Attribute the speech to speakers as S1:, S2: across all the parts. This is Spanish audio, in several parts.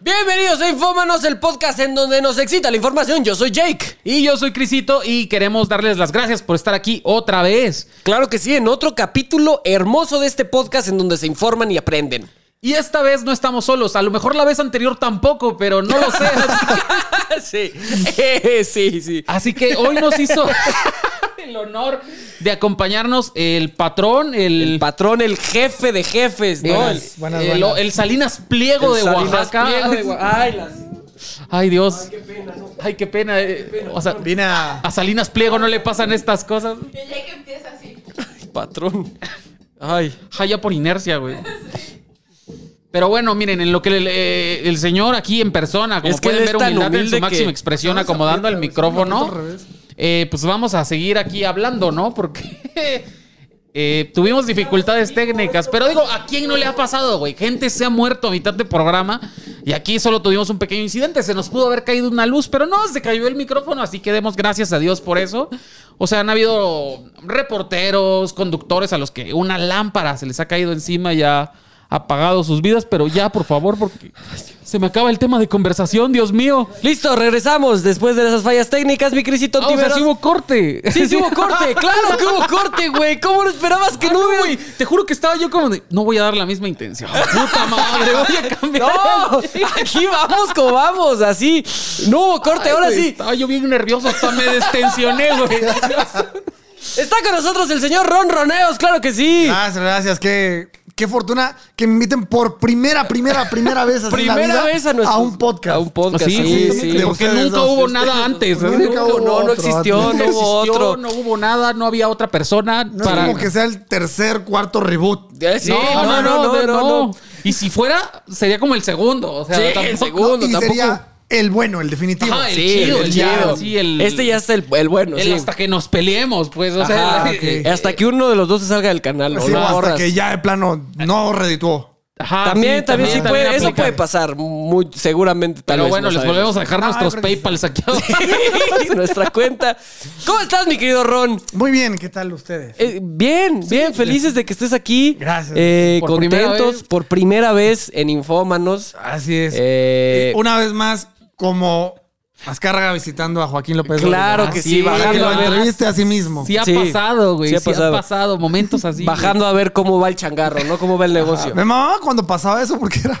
S1: Bienvenidos a Infómanos, el podcast en donde nos excita la información. Yo soy Jake.
S2: Y yo soy Crisito y queremos darles las gracias por estar aquí otra vez.
S1: Claro que sí, en otro capítulo hermoso de este podcast en donde se informan y aprenden.
S2: Y esta vez no estamos solos. A lo mejor la vez anterior tampoco, pero no lo sé. Así-
S1: sí, Eh, sí, sí.
S2: Así que hoy nos hizo el honor de acompañarnos el patrón,
S1: El
S2: el,
S1: patrón, el jefe de jefes, ¿no?
S2: el,
S3: Buenas, buenas,
S2: el-
S3: buenas.
S2: el Salinas Pliego de
S1: Salinas
S2: Oaxaca.
S1: Pliego de Oa- Ay, las-
S2: Ay, Dios. Ay, qué pena. eh. O sea,
S3: Vine a.
S2: a Salinas Pliego no le pasan estas cosas.
S4: El día que empieza así.
S1: patrón. Ay.
S2: Jaya por inercia, güey. Pero bueno, miren, en lo que el, eh, el señor aquí en persona, como
S1: Es que
S2: pueden
S1: él
S2: ver,
S1: es tan
S2: humildad en
S1: humilde
S2: su
S1: que-
S2: máxima expresión, acomodando el micrófono, eh, pues vamos a seguir aquí hablando, ¿no? Porque eh, tuvimos dificultades técnicas. Pero digo, ¿a quién no le ha pasado, güey? Gente se ha muerto a mitad de programa y aquí solo tuvimos un pequeño incidente. Se nos pudo haber caído una luz, pero no, se cayó el micrófono, así que demos gracias a Dios por eso. O sea, han habido reporteros, conductores a los que una lámpara se les ha caído encima y ha apagado sus vidas, pero ya, por favor, porque se me acaba el tema de conversación, Dios mío.
S1: Listo, regresamos después de esas fallas técnicas, mi Crisito
S2: Ah, o sea,
S1: Tiveros.
S2: sí hubo corte.
S1: Oh, Sí, sí hubo corte, claro que hubo corte, güey. ¿Cómo no esperabas que
S2: Ah,
S1: no
S2: no,
S1: hubiera-
S2: güey. Te juro que estaba yo como de. No voy a dar la misma intención. Puta madre, voy a cambiar.
S1: No, aquí vamos como vamos, así. No hubo corte, ahora
S2: Güey,
S1: sí.
S2: Estaba yo bien nervioso, hasta me destensioné, güey.
S1: Está con nosotros el señor Ron Roneos, claro que sí.
S3: Gracias, gracias. Qué, qué fortuna que me inviten por primera, primera, primera vez así en la
S1: Primera
S3: vida
S1: vez a nuestro
S3: un podcast.
S1: A un podcast,
S2: Sí,
S1: Ah, sí,
S3: justamente.
S1: sí.
S3: De
S2: Porque
S3: ustedes
S2: nunca
S3: dos,
S2: hubo
S3: sí.
S2: nada antes.
S3: Nunca
S2: Nunca
S3: hubo
S1: No, no, no
S3: otro,
S1: existió, no
S2: existió,
S1: hubo otro.
S2: No hubo nada, no había otra persona.
S3: No es como que sea el tercer, cuarto reboot.
S1: Eh, sí,
S2: no, no, no, no,
S1: no.
S2: Y si fuera, sería como el segundo. O sea,
S1: Sí, el
S2: tampoco-
S1: segundo.
S3: y
S1: tampoco.
S3: sería el bueno, el definitivo.
S2: Ajá, el
S1: Sí,
S2: chido,
S1: el
S2: el ya,
S1: chido.
S2: sí, el-
S1: Este ya está el, el bueno,
S2: el
S1: sí.
S2: hasta que nos peleemos, pues. O sea,
S1: Ajá,
S2: el-
S1: ok. Hasta que uno de los dos se salga del canal.
S3: Sí,
S1: ¿no? No
S3: o hasta
S1: ahorras.
S3: que ya de plano no redituó.
S2: Ajá,
S1: también,
S2: sí,
S1: también, sí puede, eso
S2: aplica.
S1: puede pasar, muy seguramente. Tal
S2: Pero
S1: vez,
S2: bueno,
S1: no
S2: les
S1: sabemos.
S2: volvemos a dejar
S3: No,
S2: nuestros
S3: Ah, yo creo que
S2: PayPal saqueados.
S1: nuestra cuenta. ¿Cómo estás, mi querido Ron?
S3: Muy bien, ¿qué tal ustedes?
S1: Eh, bien, bien, felices de que estés aquí.
S3: Gracias.
S1: Eh,
S2: Por primera
S1: contentos
S2: vez.
S1: por primera vez en Infómanos.
S3: Así es.
S1: Eh,
S3: Una vez más, como Azcárraga visitando a Joaquín López.
S1: Claro
S3: Dóriga.
S1: que
S2: Ah,
S1: sí,
S2: sí,
S3: Para que
S1: bajando
S3: lo
S1: a ver,
S3: entreviste a sí mismo.
S2: Sí ha
S1: Sí,
S2: pasado, güey.
S1: sí
S2: Sí
S1: ha
S2: ha
S1: pasado.
S2: pasado. Momentos así. güey.
S1: bajando a ver cómo va el changarro, ¿no? Cómo va el negocio.
S3: Me mamaba cuando pasaba eso porque era.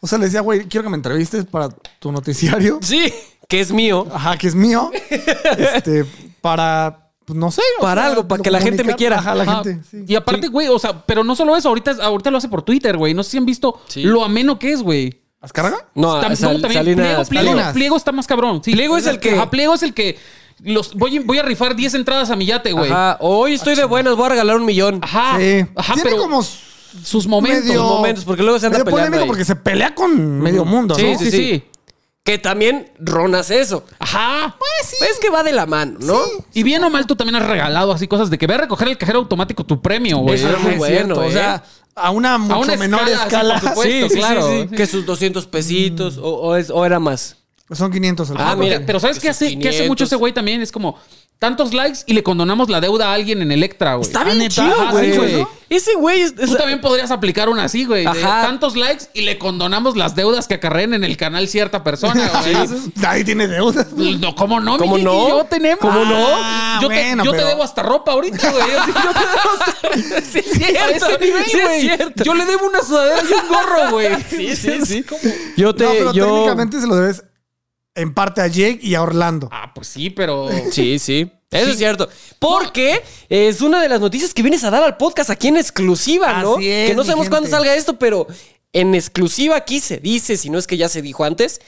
S3: O sea, le decía, güey, quiero que me entrevistes para tu noticiario.
S1: Sí, que es mío.
S3: Ajá, que es mío. Este, para. pues, no sé. o
S1: Para algo, para
S3: lo
S1: que la gente me
S3: comunicar.
S1: quiera.
S3: Ajá, la
S2: Ajá.
S3: gente. sí.
S2: Y aparte, güey, o sea, pero no solo eso, ahorita, ahorita lo hace por Twitter, güey. No sé si han visto
S1: Sí.
S2: lo ameno que es, güey.
S3: ¿Azcárraga?
S1: No,
S2: Tam- no,
S1: Sal-
S2: también
S1: Salinas.
S2: pliego, pliego,
S3: Salinas.
S2: Pliego está más cabrón. Sí.
S1: Pliego es el que-
S2: Ajá, pliego es el que. Los, voy, voy a rifar 10 entradas a mi yate, güey. Ajá.
S1: Ajá, hoy estoy de buenas, voy a regalar un millón.
S2: Ajá,
S3: Sí. Tiene
S2: pero
S3: como
S2: sus momentos.
S3: medio-
S1: Ah, momentos, porque luego se anda
S3: medio
S1: peleando
S3: polémico
S1: ahí.
S3: porque se pelea con medio mundo,
S2: Sí,
S3: ¿no?
S2: sí, sí,
S1: Sí. Que también ronas eso.
S2: Ajá.
S3: Pues
S1: Es que va de la mano, ¿no?
S2: Y bien o mal, tú también has regalado así cosas de que ve a recoger el cajero automático tu premio, güey.
S1: Eso era muy
S3: es
S1: bueno,
S3: cierto,
S1: ¿eh?
S3: O sea, a una mucho
S2: una
S3: menor
S2: escala, sí,
S3: escala.
S2: por supuesto.
S1: Sí,
S2: Sí,
S1: sí,
S2: claro.
S1: sí, sí. Que sus 200 pesitos o, o es- o era más.
S3: Son 500 al
S1: Ah,
S3: cabo.
S2: Porque-
S1: mira.
S2: pero ¿sabes qué hace, qué hace
S1: 500.
S2: mucho ese güey también? Es como tantos likes y le condonamos la deuda a alguien en Electra, güey.
S1: Está bien
S3: neta.
S1: chido,
S2: Ajá,
S1: güey.
S2: sí, güey.
S1: Ese güey es-
S2: Tú
S1: es-
S2: también podrías aplicar una así, güey. de
S1: Ajá.
S2: Tantos likes y le condonamos las deudas que acarreen en el canal cierta persona, güey.
S3: Ahí tiene deudas.
S2: No, ¿Cómo no? mi
S1: ¿Cómo
S2: Gigi?
S1: no?
S2: Yo tenemos.
S1: ¿Cómo no?
S2: Ah, yo te,
S3: bueno,
S2: yo te
S3: pero-
S2: debo hasta ropa ahorita, güey. Así, yo te debo hasta...
S1: Sí, es
S2: a
S1: cierto.
S2: ese nivel,
S1: Sí, es
S2: güey.
S1: cierto.
S2: Yo le debo una sudadera y un gorro, güey.
S1: Sí, sí, sí. Yo te.
S3: no, pero
S1: yo...
S3: técnicamente se lo debes en parte a Jake y a Orlando.
S2: Ah, pues sí, pero...
S1: Sí, sí. Eso es cierto. Porque es una de las noticias que vienes a dar al podcast aquí en exclusiva, ¿no?
S3: Así es,
S1: que no
S3: mi
S1: sabemos
S3: gente.
S1: cuándo salga esto, pero en exclusiva aquí se dice, si no es que ya se dijo antes,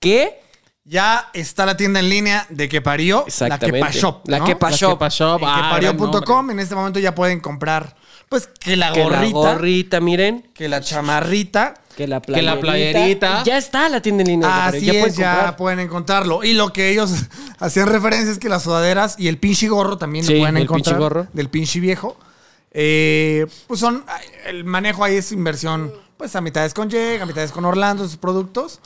S1: que.
S3: Ya está la tienda en línea de Que Parió, la
S1: Exactamente.
S3: Quepa Shop.
S1: La
S3: ¿no?
S1: Quepa
S2: La
S1: Shop.
S2: Kepa Shop.
S3: En
S2: ah, gran
S3: quepario.com.
S2: nombre.
S3: En este momento ya pueden comprar, pues, que la
S1: Que
S3: gorrita,
S1: la gorrita, miren.
S3: que la chamarrita.
S1: Que la
S2: Que
S1: playerita.
S2: la playerita.
S1: Ya está la tienda en línea.
S3: Así
S1: ya
S3: es,
S1: pueden
S3: ya
S1: comprar.
S3: pueden encontrarlo. Y lo que ellos hacían referencia es que las sudaderas y el pinche gorro también
S1: Sí,
S3: lo pueden
S1: del
S3: encontrar.
S1: pinche gorro.
S3: Del pinche viejo. Eh, pues son, el manejo ahí es inversión, pues a mitades con Jake, a mitades con Orlando, sus productos.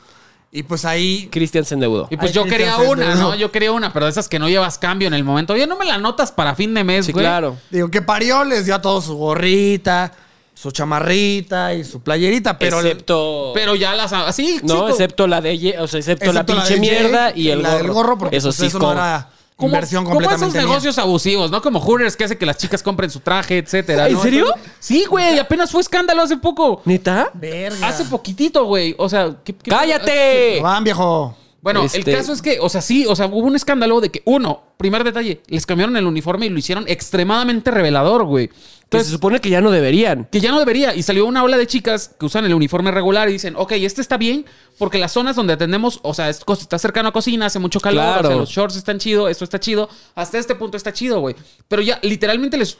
S3: Y pues ahí
S1: Cristian se endeudó.
S2: Y pues
S3: Ay,
S2: yo
S3: Cristian
S2: quería
S3: se
S2: una,
S3: endeudó.
S2: ¿no? Yo quería una, pero de esas que no llevas cambio en el momento. Oye, no me la anotas para fin de mes,
S1: Sí,
S2: pues, güey.
S1: claro.
S3: Digo, que parió, les dio a todos su gorrita, su chamarrita y su playerita, pero
S1: excepto.
S2: Pero ya las. ah, Así,
S1: no,
S2: chico.
S1: excepto la de ye- o sea, excepto,
S3: excepto
S1: la pinche
S3: de Jake,
S1: mierda y el
S3: la
S1: gorro.
S3: del gorro, porque
S1: eso
S3: pues,
S1: sí,
S3: no
S1: como-
S3: era
S2: Como-
S3: inversión
S2: como
S3: completamente
S2: esos
S3: mía.
S2: negocios abusivos, ¿no? Como Hooters que hace que las chicas compren su traje, etcétera.
S1: ¿En
S2: ¿no?
S1: serio?
S2: Entonces- sí, güey, apenas fue escándalo hace poco.
S1: ¿Neta?
S3: Verga.
S2: Hace poquitito, güey. O sea, ¿qué- qué-
S1: ¡Cállate!
S3: Van, viejo.
S2: Bueno, el
S1: Este-
S2: caso es que, o sea, sí, o sea, hubo un escándalo de que, uno, primer detalle, les cambiaron el uniforme y lo hicieron extremadamente revelador, güey.
S1: Que
S2: Entonces,
S1: se supone que ya no deberían.
S2: que ya no debería. Y salió una ola de chicas que usan el uniforme regular y dicen, ok, este está bien, porque las zonas donde atendemos, o sea, es cos- está cercano a cocina, hace mucho calor,
S1: Claro.
S2: o sea, los shorts están chido, esto está chido, hasta este punto está chido, güey. Pero ya literalmente les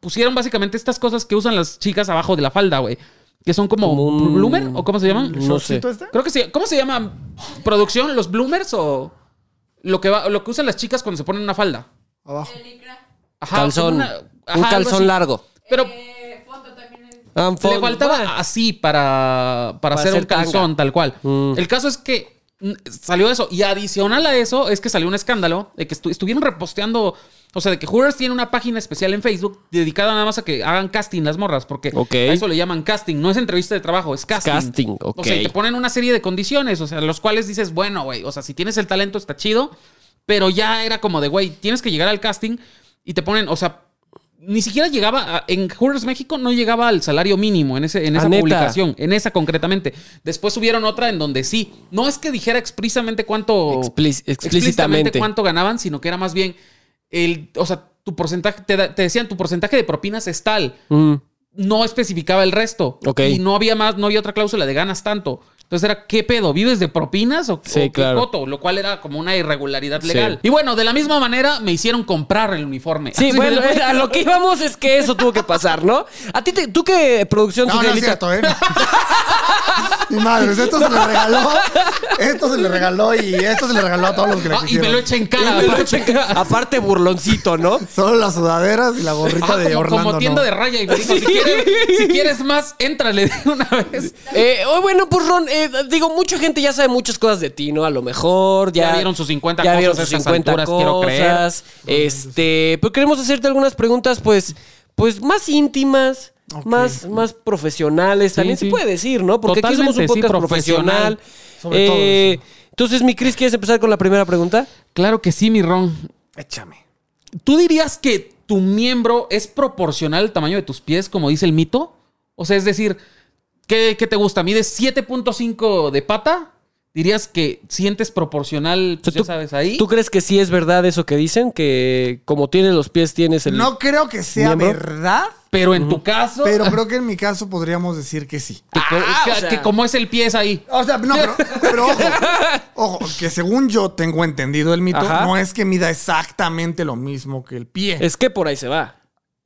S2: pusieron básicamente estas cosas que usan las chicas abajo de la falda, güey. Que son como,
S1: Como un-
S2: bloomer o cómo se llaman?
S1: No sé.
S3: ¿Shortcito este?
S2: Creo que sí. ¿Cómo se llama? ¿Producción? ¿Los bloomers o lo que, va, lo que usan las chicas cuando se ponen una falda?
S3: Abajo.
S2: Ajá,
S1: Calzón.
S2: como una- ajá,
S1: un
S2: algo
S1: calzón
S2: así.
S1: largo.
S2: Pero
S4: Eh, foto también es.
S1: Ah,
S2: le
S1: fol-
S2: faltaba así para, para, hacer,
S1: hacer
S2: un calzón,
S1: tanga.
S2: tal cual.
S1: Mm.
S2: El caso es que mm, salió eso. Y adicional a eso es que salió un escándalo de que estu- estuvieron reposteando. O sea, de que Hooters tiene una página especial en Facebook dedicada nada más a que hagan casting las morras, porque
S1: Ok.
S2: a eso le llaman casting, no es entrevista de trabajo, es casting.
S1: casting,
S2: O sea, y te
S1: ok.
S2: ponen una serie de condiciones, o sea, los cuales dices, bueno, güey, o sea, si tienes el talento está chido, pero ya era como de, güey, tienes que llegar al casting y te ponen, o sea, ni siquiera llegaba, a- en Jurors México no llegaba al salario mínimo en, ese, en
S1: Ah,
S2: esa
S1: ¿neta?
S2: publicación, en esa concretamente. Después subieron otra en donde sí, no es que dijera explícitamente cuánto,
S1: Explí- explícitamente.
S2: cuánto ganaban, sino que era más bien, el, o sea, tu porcentaje, te, da- te decían, tu porcentaje de propinas es tal
S1: Mm.
S2: no especificaba el resto.
S1: Ok.
S2: Y no había más, no había otra cláusula de ganas tanto. Entonces era, ¿qué pedo? ¿Vives de propinas o,
S1: Sí,
S2: o qué
S1: claro.
S2: coto? Lo cual era como una irregularidad
S1: Sí.
S2: legal. Y bueno, de la misma manera me hicieron comprar el uniforme.
S1: Sí,
S2: Así
S1: bueno,
S2: me-
S1: a lo que íbamos es que eso tuvo que pasar, ¿no? A ti, te- tú que producción,
S3: No, no es
S1: Sugelita?
S3: cierto, ¿eh? Mi madre, esto se le regaló. Esto se le regaló y esto se le regaló a todos los que le
S2: Ah, y me
S3: quisieron.
S2: lo echa en cara.
S1: Y me lo
S2: aparte.
S1: echa en cara. Aparte burloncito, ¿no?
S3: Solo las sudaderas y la gorrita
S2: Ajá,
S3: de
S2: Ah, como,
S3: Orlando.
S2: como tienda
S3: ¿no?
S2: de raya y me dijo, si, quieres, si quieres más, entrale de una vez.
S1: Eh, oh, bueno, pues Ron, eh, digo, mucha gente ya sabe muchas cosas de ti, ¿no? A lo mejor ya...
S2: Ya vieron sus 50
S1: ya
S2: cosas
S1: vieron
S2: a
S1: sus
S2: estas
S1: 50
S2: alturas, quiero
S1: cosas. Este, pero queremos hacerte algunas preguntas, pues, pues más íntimas.
S3: Ok.
S1: Más, más profesionales, también
S2: sí.
S1: se puede decir, ¿no? Porque aquí somos un
S2: Totalmente, sí,
S1: podcast profesional.
S2: profesional.
S3: Sobre todo
S1: Eh,
S3: eso.
S1: entonces, mi Cris, ¿quieres empezar con la primera pregunta?
S2: Claro que sí, mi Ron.
S3: Échame.
S2: ¿Tú dirías que tu miembro es proporcional al tamaño de tus pies, como dice el mito? O sea, es decir, ¿qué, qué te gusta? ¿Mides 7.5 de pata? ¿Dirías que sientes proporcional, pues,
S1: O sea,
S2: ya sabes, ahí?
S1: ¿Tú crees que sí es verdad eso que dicen? Que como tienes los pies, tienes el.
S3: No creo que sea
S1: ¿Miembro?
S3: verdad,
S2: pero en tu caso,
S3: pero creo que en mi caso podríamos decir que sí.
S2: que, co-
S1: Ah,
S2: que-
S1: o sea.
S2: que como es el pie es ahí.
S3: O sea, no, pero, pero ojo, ojo, que según yo tengo entendido el mito,
S1: Ajá.
S3: no es que mida exactamente lo mismo que el pie.
S1: Es que por ahí se va.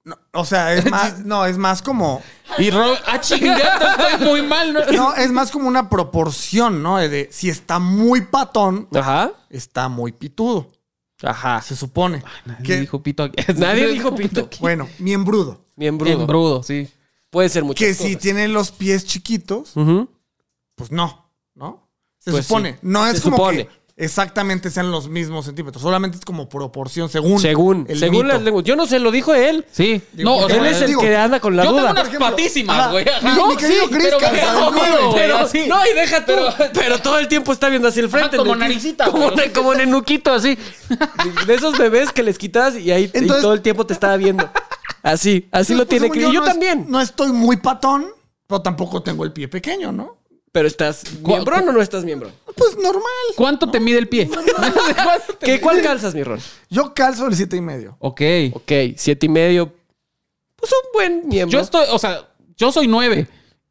S3: No, o sea, es más, no, es más como,
S2: Y Ro, ah, chingada, estoy muy mal. ¿no?
S3: no, es más como una proporción, ¿no? De si está muy patón,
S1: Ajá.
S3: está muy pitudo,
S1: Ajá.
S3: se supone.
S1: Ah,
S2: Nadie
S3: Que-
S2: dijo pito aquí.
S1: Nadie dijo pito.
S3: bueno, miembrudo.
S1: Bien brudo.
S2: En brudo, sí.
S1: Puede ser muchas
S3: Que
S1: cosas.
S3: si tiene los pies chiquitos,
S1: Ujú.
S3: pues no, ¿no? Se
S1: Pues
S3: supone.
S1: sí.
S3: No es
S1: Se
S3: como
S1: supone.
S3: que exactamente sean los mismos centímetros, solamente es como proporción según.
S1: Según,
S3: el
S1: según
S3: mito.
S1: las lenguas. Yo no sé, lo dijo él.
S2: Sí.
S3: Digo,
S2: no, o
S3: porque
S2: sea,
S1: él es el
S3: digo,
S1: que anda con la
S2: yo tengo
S1: duda.
S2: unas
S3: ejemplo,
S2: patísimas,
S3: ajá,
S2: güey. Ajá.
S3: mi
S1: No,
S3: querido
S1: sí,
S3: Chris
S2: pero
S3: Calzadón,
S2: me acomodo,
S3: güey.
S2: güey.
S1: Pero,
S2: así.
S1: No, y deja tú. Pero todo el tiempo está viendo hacia el frente.
S2: como
S1: Nenuquito.
S2: naricita,
S1: Como,
S2: pero-
S1: ne- como nenuquito, así. De- De esos bebés que les quitas y ahí y
S3: Entonces-
S1: todo el tiempo te estaba viendo. Así, así lo
S3: Entonces, pues,
S1: tiene
S3: según
S1: Cris. Yo,
S3: no es-
S1: también.
S3: no estoy muy patón, pero tampoco tengo el pie pequeño, ¿no?
S1: Pero estás miembro o no estás miembro.
S3: Pues normal.
S2: ¿Cuánto te mide el pie? ¿Cuánto te-
S1: ¿Qué, ¿Cuál calzas, mi Ron?
S3: Yo calzo el siete y medio.
S2: Ok.
S1: Ok, siete y medio. Pues un buen miembro.
S2: Yo estoy, o sea, yo soy nueve.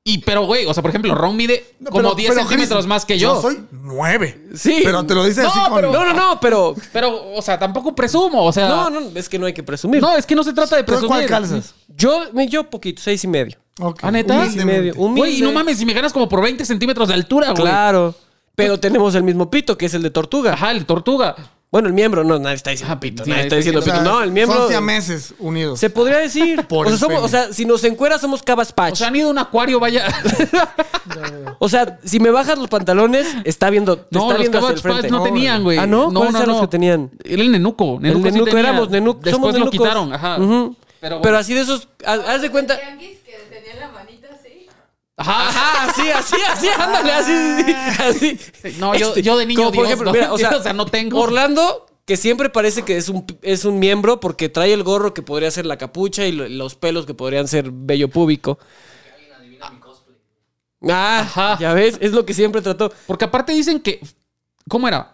S2: Y, pero, güey, o sea, por ejemplo, Ron mide
S3: No,
S2: como
S3: pero-
S2: 10
S3: pero, Chris,
S2: centímetros más que yo.
S3: Yo soy nueve.
S1: Sí.
S3: Pero te lo dice
S2: No,
S3: así con...
S2: pero-
S1: No, no, no, pero.
S2: Pero, o sea, tampoco presumo. O sea,
S1: No,
S2: no,
S1: no, es que no hay que presumir.
S2: es que no se trata de
S3: ¿Tú
S2: presumir.
S3: cuál calzas?
S1: Yo, me- yo poquito, seis y medio.
S3: Ok.
S2: ¿Ah, neta?
S1: Seis y medio.
S3: Humildemente.
S1: Humilde.
S2: Güey, y no mames, si me ganas como por 20 centímetros de altura, güey.
S1: Claro. Pero tenemos el mismo pito, que es el de tortuga.
S2: Ajá, el tortuga.
S1: Bueno, el miembro, no, nadie está diciendo
S2: Ah,
S1: pito.
S2: sí,
S1: nadie
S2: nadie
S1: está
S2: está
S1: diciendo
S3: O sea,
S1: pito. No, el miembro.
S3: Son siameses unidos.
S1: Se podría decir.
S3: Por
S1: o, sea,
S3: el
S1: somos-
S3: pene.
S1: o sea, si nos encuera, somos cabas patch.
S2: O sea, han ido a un acuario, vaya.
S1: si me bajas los pantalones, está viendo. te
S2: no,
S1: está
S2: los
S1: viendo hacia
S2: Cabbage
S1: el frente.
S2: Patch no tenían, güey.
S1: Ah, ¿no? ¿Cuáles eran los que tenían?
S2: Era el nenuco. nenuco sí
S1: el nenuco
S2: tenía.
S1: éramos nenuco.
S2: Después
S1: somos
S2: lo
S1: nenucos.
S2: quitaron, ajá.
S1: Ujú.
S2: Pero,
S1: Pero
S2: bueno,
S1: así de esos. ha- Haz de
S4: Los
S1: cuenta.
S4: tianguis que tenía la
S2: Ajá,
S1: Ajá, así, así, así, ándale, así, así. así.
S2: Ah. No, yo- yo de niño,
S1: como por
S2: Dios,
S1: ejemplo,
S2: no.
S1: mira, o, sea,
S2: O sea, no tengo.
S1: Orlando, que siempre parece que es un, es un miembro porque trae el gorro que podría ser la capucha y lo- los pelos que podrían ser bello púbico. Ah,
S2: Ajá.
S1: ya ves, es lo que siempre trató.
S2: Porque aparte dicen que. ¿Cómo era?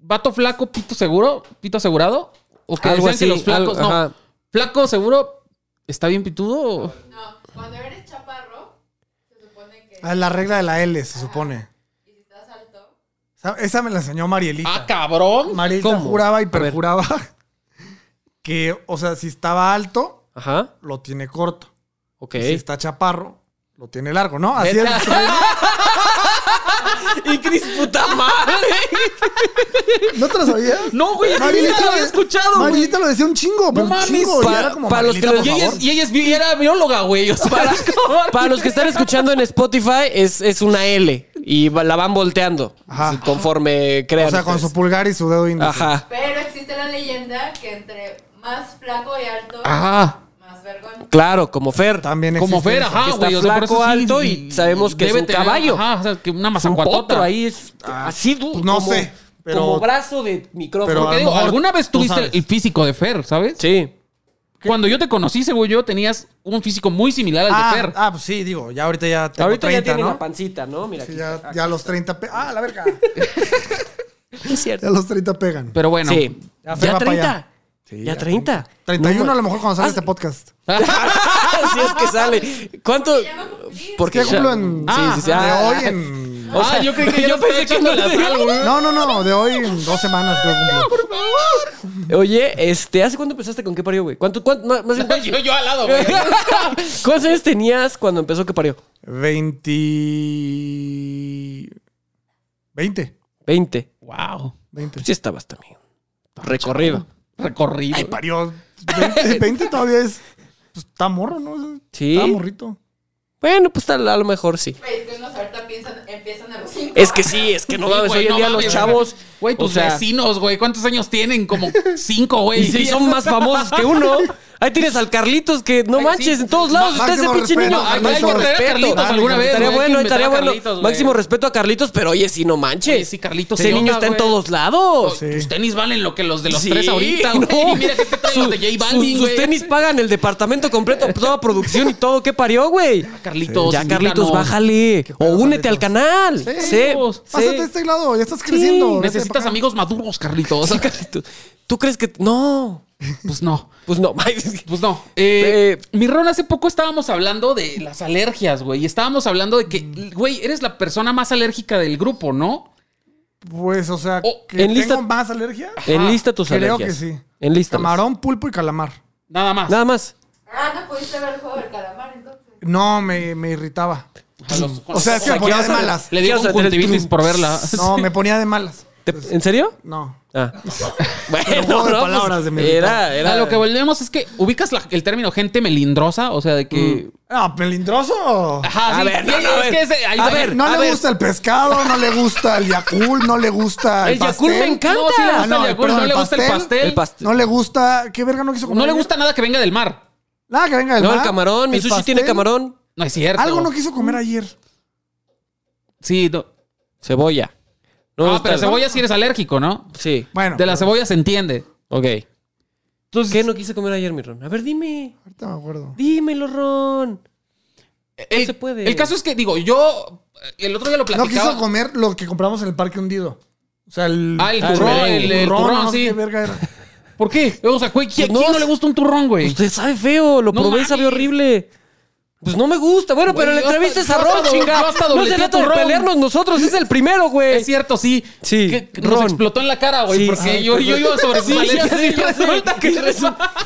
S2: ¿Vato flaco, pito seguro? ¿Pito asegurado? O que
S1: Algo
S2: decían que
S1: así,
S2: los flacos.
S1: algo-
S2: no.
S1: ajá.
S2: ¿Flaco seguro? ¿Está bien pitudo?
S4: No, cuando eres chaparro, se supone que
S3: Ah, la regla de la L, se supone.
S4: y si estás alto,
S3: Esa- Esa me la enseñó Marielita.
S2: ¡Ah, cabrón!
S3: Marielita
S1: ¿cómo?
S3: juraba y
S1: A ver.
S3: perjuraba que, o sea, si estaba alto,
S1: Ajá,
S3: lo tiene corto.
S1: ok.
S3: Y Si está chaparro, lo tiene largo, ¿no? Así
S2: Neta.
S3: es.
S1: Y Cris, puta madre.
S3: ¿No te lo sabías?
S2: No, güey, nunca lo había escuchado, güey.
S3: Marielita lo decía un chingo, pero un
S2: mames,
S3: chingo. y
S1: para-
S3: era como,
S1: para los que
S3: "Marielita,
S1: los
S3: por
S2: Y ella,
S3: favor".
S2: es, y ella es bi- era bióloga, güey. O sea,
S1: Para los que están escuchando en Spotify, es, es una L y va- la van volteando
S3: Ajá.
S1: si- conforme crean.
S3: O sea, con su
S1: ustedes.
S3: pulgar y su dedo índice.
S1: Ajá,
S4: pero existe la leyenda que entre más flaco y alto,
S2: Ajá.
S4: más vergón.
S1: claro, como Fer.
S3: También existe.
S2: Como Fer,
S3: eso.
S2: ajá,
S1: que está
S2: güey. o sea, por eso
S1: flaco,
S2: sí-
S1: alto y sabemos que es un
S2: debe
S1: caballo.
S2: Ajá, o sea, que una
S1: Un potro
S2: mazacuatota.
S1: ahí es
S3: Ah,
S1: así du-
S3: pues no
S1: como,
S3: sé, pero-
S1: como brazo de micrófono.
S3: pero-
S2: Porque
S3: A lo
S2: digo,
S3: mejor
S2: alguna vez
S3: tú
S2: tuviste
S3: sabes.
S2: el físico de Fer, ¿sabes?
S1: Sí.
S2: Cuando yo te conocí, según yo, tenías un físico muy similar al
S3: Ah,
S2: de Fer.
S3: ah, pues sí, digo, ya ahorita ya tengo
S1: Ahorita ya
S3: 30,
S1: tiene
S3: ¿no?
S1: la pancita, ¿no? Mira,
S3: Sí,
S1: aquí
S3: ya,
S1: está.
S3: ya los 30 pe- Ah, la verga.
S1: Es cierto.
S3: Ya los 30 pegan.
S2: Pero bueno.
S1: Sí.
S3: Ya
S1: Ya,
S3: Fer va para
S1: 30.
S3: allá. Sí,
S1: ya
S3: ya
S1: 30.
S3: 31 a lo mejor cuando sale
S1: Ah,
S3: este podcast.
S1: Así es que sale. ¿Cuánto?
S4: Ya va a cumplir.
S1: Porque
S3: Que cumplo en
S2: Ah,
S1: sí, sí, sí.
S3: de
S1: Ah,
S3: hoy en
S1: O sea,
S2: Ah, yo creí que ya
S1: yo
S2: lo
S1: pensé
S2: estaba
S1: que no
S2: echando
S1: le-
S2: la sal, güey.
S3: No, no, no, de hoy en dos semanas creo que cumplo.
S1: Oye, este, ¿hace cuánto empezaste con qué parió, güey? ¿Cuánto, cuánto, más, más bien, cuántos-
S2: yo, yo al lado, güey.
S1: ¿Cuántos años tenías cuando empezó que parió?
S3: 20 20
S1: 20.
S2: wow.
S3: 20.
S1: Pues sí estabas también. Recorrido.
S2: Recorrido.
S3: Ay, parió 20, 20 todavía es pues, está morro, ¿no?
S1: Sí.
S3: Está morrito.
S1: Bueno, pues tal, a lo mejor sí.
S4: Pero es que unos ahorita piensan, empiezan a los cinco.
S1: Es que sí, es que no
S2: Sí,
S1: mames.
S2: güey,
S1: hoy en
S2: no
S1: día
S2: mames,
S1: los
S2: güey.
S1: chavos.
S2: Güey,
S1: o
S3: pues,
S2: tus
S1: sea,
S2: vecinos, güey. ¿Cuántos años tienen? Como cinco, güey.
S1: Y sí, son más famosos que uno. Ahí tienes al Carlitos que no
S2: Ay,
S1: manches,
S2: sí.
S1: en todos lados
S3: Ma-
S1: está ese
S3: máximo
S1: pinche
S3: respeto,
S1: niño.
S2: No, hay, hay que
S3: Máximo
S2: traer a
S1: respeto.
S2: Carlitos
S3: Ah,
S2: alguna
S3: no,
S2: vez.
S1: Estaría
S2: güey, hay que
S1: bueno,
S2: invitar
S1: estaría
S2: a
S1: bueno.
S2: Carlitos, güey.
S1: Máximo respeto a Carlitos, pero oye, sí, no manches.
S2: Oye, sí, Carlitos,
S1: Ese
S2: se
S1: niño
S2: nota,
S1: está en
S2: güey.
S1: todos lados.
S3: Sí.
S2: Tus tenis valen lo que los de los
S1: Sí,
S2: tres ahorita, güey.
S1: no.
S2: Y mira que te traen los de J
S1: Su-
S2: Balvin,
S1: sus,
S2: güey.
S1: tenis pagan el departamento completo, toda producción y todo. ¿Qué parió, güey?
S2: Carlitos,
S1: ya, Carlitos,
S2: invítanos.
S1: bájale. O
S3: pedo,
S1: únete al canal.
S3: Sí.
S1: Sé-
S2: Carlitos,
S1: sé-
S3: Pásate a este lado, ya estás
S1: Sí,
S3: creciendo. vete
S2: Necesitas
S3: pa' acá.
S2: amigos maduros, Carlitos.
S1: Sí, Carlitos. ¿Tú crees que.? No.
S2: Pues no.
S1: Pues no.
S2: Pues no. Eh,
S1: Eh,
S2: mi Ron, hace poco estábamos hablando de las alergias, güey. Y estábamos hablando de que, güey, eres la persona más alérgica del grupo, ¿no?
S3: Pues, o sea,
S2: Oh,
S3: que
S1: en lista-
S3: tengo más alergia.
S1: Enlista tus
S3: ah, Creo
S1: alergias.
S3: que sí.
S1: Enlista.
S3: Camarón, pulpo y calamar.
S2: Nada más.
S1: Nada más.
S4: Ah, no pudiste ver el juego del calamar entonces.
S3: No, me, me irritaba.
S2: A los-
S3: O sea, es que
S1: O sea,
S3: me ponía
S1: ¿qué
S3: de
S1: vas a-
S3: malas.
S2: le dio
S1: ¿qué vas a hacer?
S2: conjuntivitis por verla.
S3: No, me ponía de malas.
S1: ¿Te- ¿En serio?
S3: No.
S1: Ah.
S3: juego de
S1: Bueno, no,
S3: palabras
S1: pues,
S3: de mi Ah,
S1: era, era
S2: A lo que volvemos es que ubicas la- el término gente melindrosa, o sea, de que.
S3: Ah, melindroso.
S2: Ajá,
S1: A
S2: sí,
S1: ver,
S2: sí,
S1: no, no,
S2: es
S1: a ver.
S2: que ese- ahí
S1: A
S2: va-
S1: ver,
S3: No le
S1: ver.
S3: gusta el pescado, no le gusta el Yakult, no le gusta el,
S1: El Yakult
S3: pastel.
S1: me encanta.
S2: No, sí le gusta
S1: Ah,
S2: el
S3: no,
S2: Yakult,
S3: perdón,
S2: no
S3: el
S2: le gusta el
S3: pastel.
S2: pastel.
S1: El pastel.
S3: No le gusta. ¿Qué verga no quiso comer?
S2: no le
S3: ayer?
S2: gusta nada que venga del mar.
S3: Nada, que venga del
S1: No, el
S3: mar.
S1: camarón. Mi
S3: El
S1: sushi tiene
S3: pastel.
S1: camarón.
S2: No es cierto.
S3: Algo no quiso comer ayer.
S2: Sí, no.
S1: Cebolla. No,
S3: Ah,
S2: No,
S1: está
S2: pero
S1: la-
S2: cebolla sí eres alérgico, ¿no?
S1: Sí.
S3: Bueno.
S2: de la cebolla se entiende.
S1: Ok.
S2: Entonces,
S1: ¿Qué no quise comer ayer, mi Ron? A ver, dime.
S3: Ahorita me acuerdo.
S1: Dímelo, Ron.
S2: el,
S1: se puede.
S2: El caso es que, digo, yo. El otro día lo
S3: No
S2: platicaba.
S3: quiso comer lo que compramos en el parque hundido. O sea, el.
S2: Ah, el
S1: Ah, el
S2: turrón,
S1: merengue.
S2: el, el turrón,
S3: no sé
S2: sí.
S3: qué verga era.
S2: ¿Por qué? O sea, güey, ¿quién,
S1: Pues no
S2: quién no
S1: sé.
S2: le gusta un turrón, güey?
S1: Usted sabe feo. Lo
S2: No
S1: probé y
S2: mames.
S1: sabe horrible. Pues no me gusta. Bueno,
S2: Güey,
S1: pero la
S2: yo hasta-
S1: entrevista es a
S2: yo
S1: Ron,
S2: hasta doble- yo
S1: chinga.
S2: hasta
S1: No se
S2: dobleteé
S1: trata
S2: tu
S1: de
S2: Ron.
S1: pelearnos nosotros. Es el primero, güey.
S2: Es cierto, sí.
S1: Sí,
S2: Que que nos
S1: Ron.
S2: explotó en la cara, güey.
S1: Sí,
S2: porque
S1: sí.
S2: yo, yo iba sobre sus
S1: Sí, ya
S2: alergias
S1: sé,
S2: y
S1: ya sé.
S2: resulta que.
S1: Es-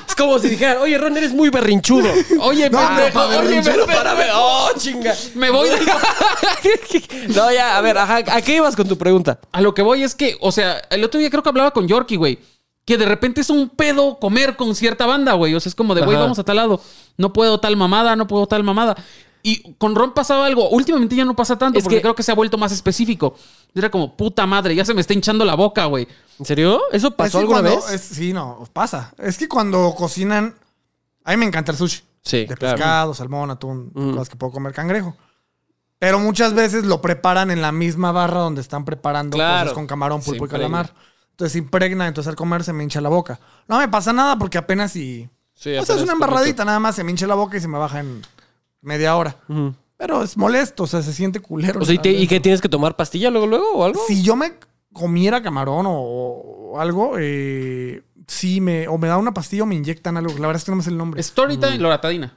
S1: Es como si dijera, oye, Ron, eres muy berrinchudo.
S2: Oye,
S3: No,
S2: pendejo,
S3: no, para
S2: oye,
S3: berrinche,
S2: me-
S1: Pero para ver. ¡Oh, chinga!
S2: me voy. de-
S1: No, ya, a ver, ajá, ¿a qué ibas con tu pregunta?
S2: A lo que voy es que, o sea, el otro día creo que hablaba con Yorkie, güey. Que de repente es un pedo comer con cierta banda, güey. O sea, es como de, güey,
S1: Ajá.
S2: vamos a tal lado. No puedo tal mamada, no puedo tal mamada. Y con Ron pasaba algo. Últimamente ya no pasa tanto
S1: Es
S2: porque
S1: que-
S2: creo que se ha vuelto más específico. Era como, puta madre, ya se me está hinchando la boca, güey.
S1: ¿En serio? ¿Eso
S3: Es que
S1: pasó alguna
S3: cuando-
S1: vez?
S3: es- Pues sí, no, pasa. Es que cuando cocinan. A mí me encanta el sushi.
S1: Sí,
S3: De
S1: claro.
S3: pescado, salmón, atún,
S1: Mm.
S3: cosas que puedo comer cangrejo. Pero muchas veces lo preparan en la misma barra donde están preparando
S1: Claro.
S3: cosas con camarón,
S1: Se
S3: pulpo y
S1: impregna.
S3: calamar. Entonces se impregna, entonces al comer se me hincha la boca. No me pasa nada porque apenas si...
S1: Sí,
S3: o sea, es
S1: apenas
S3: una embarradita, nada más se me hincha la boca y se me baja en media hora. Pero es molesto, o sea, se siente culero.
S1: O sea, ¿y, te- y qué tienes que tomar pastilla luego, luego o algo?
S3: Si yo me comiera camarón o, o algo, eh, sí, me, o me da una pastilla o me inyectan algo. La verdad es que no me sé el nombre.
S2: Storytime, loratadina.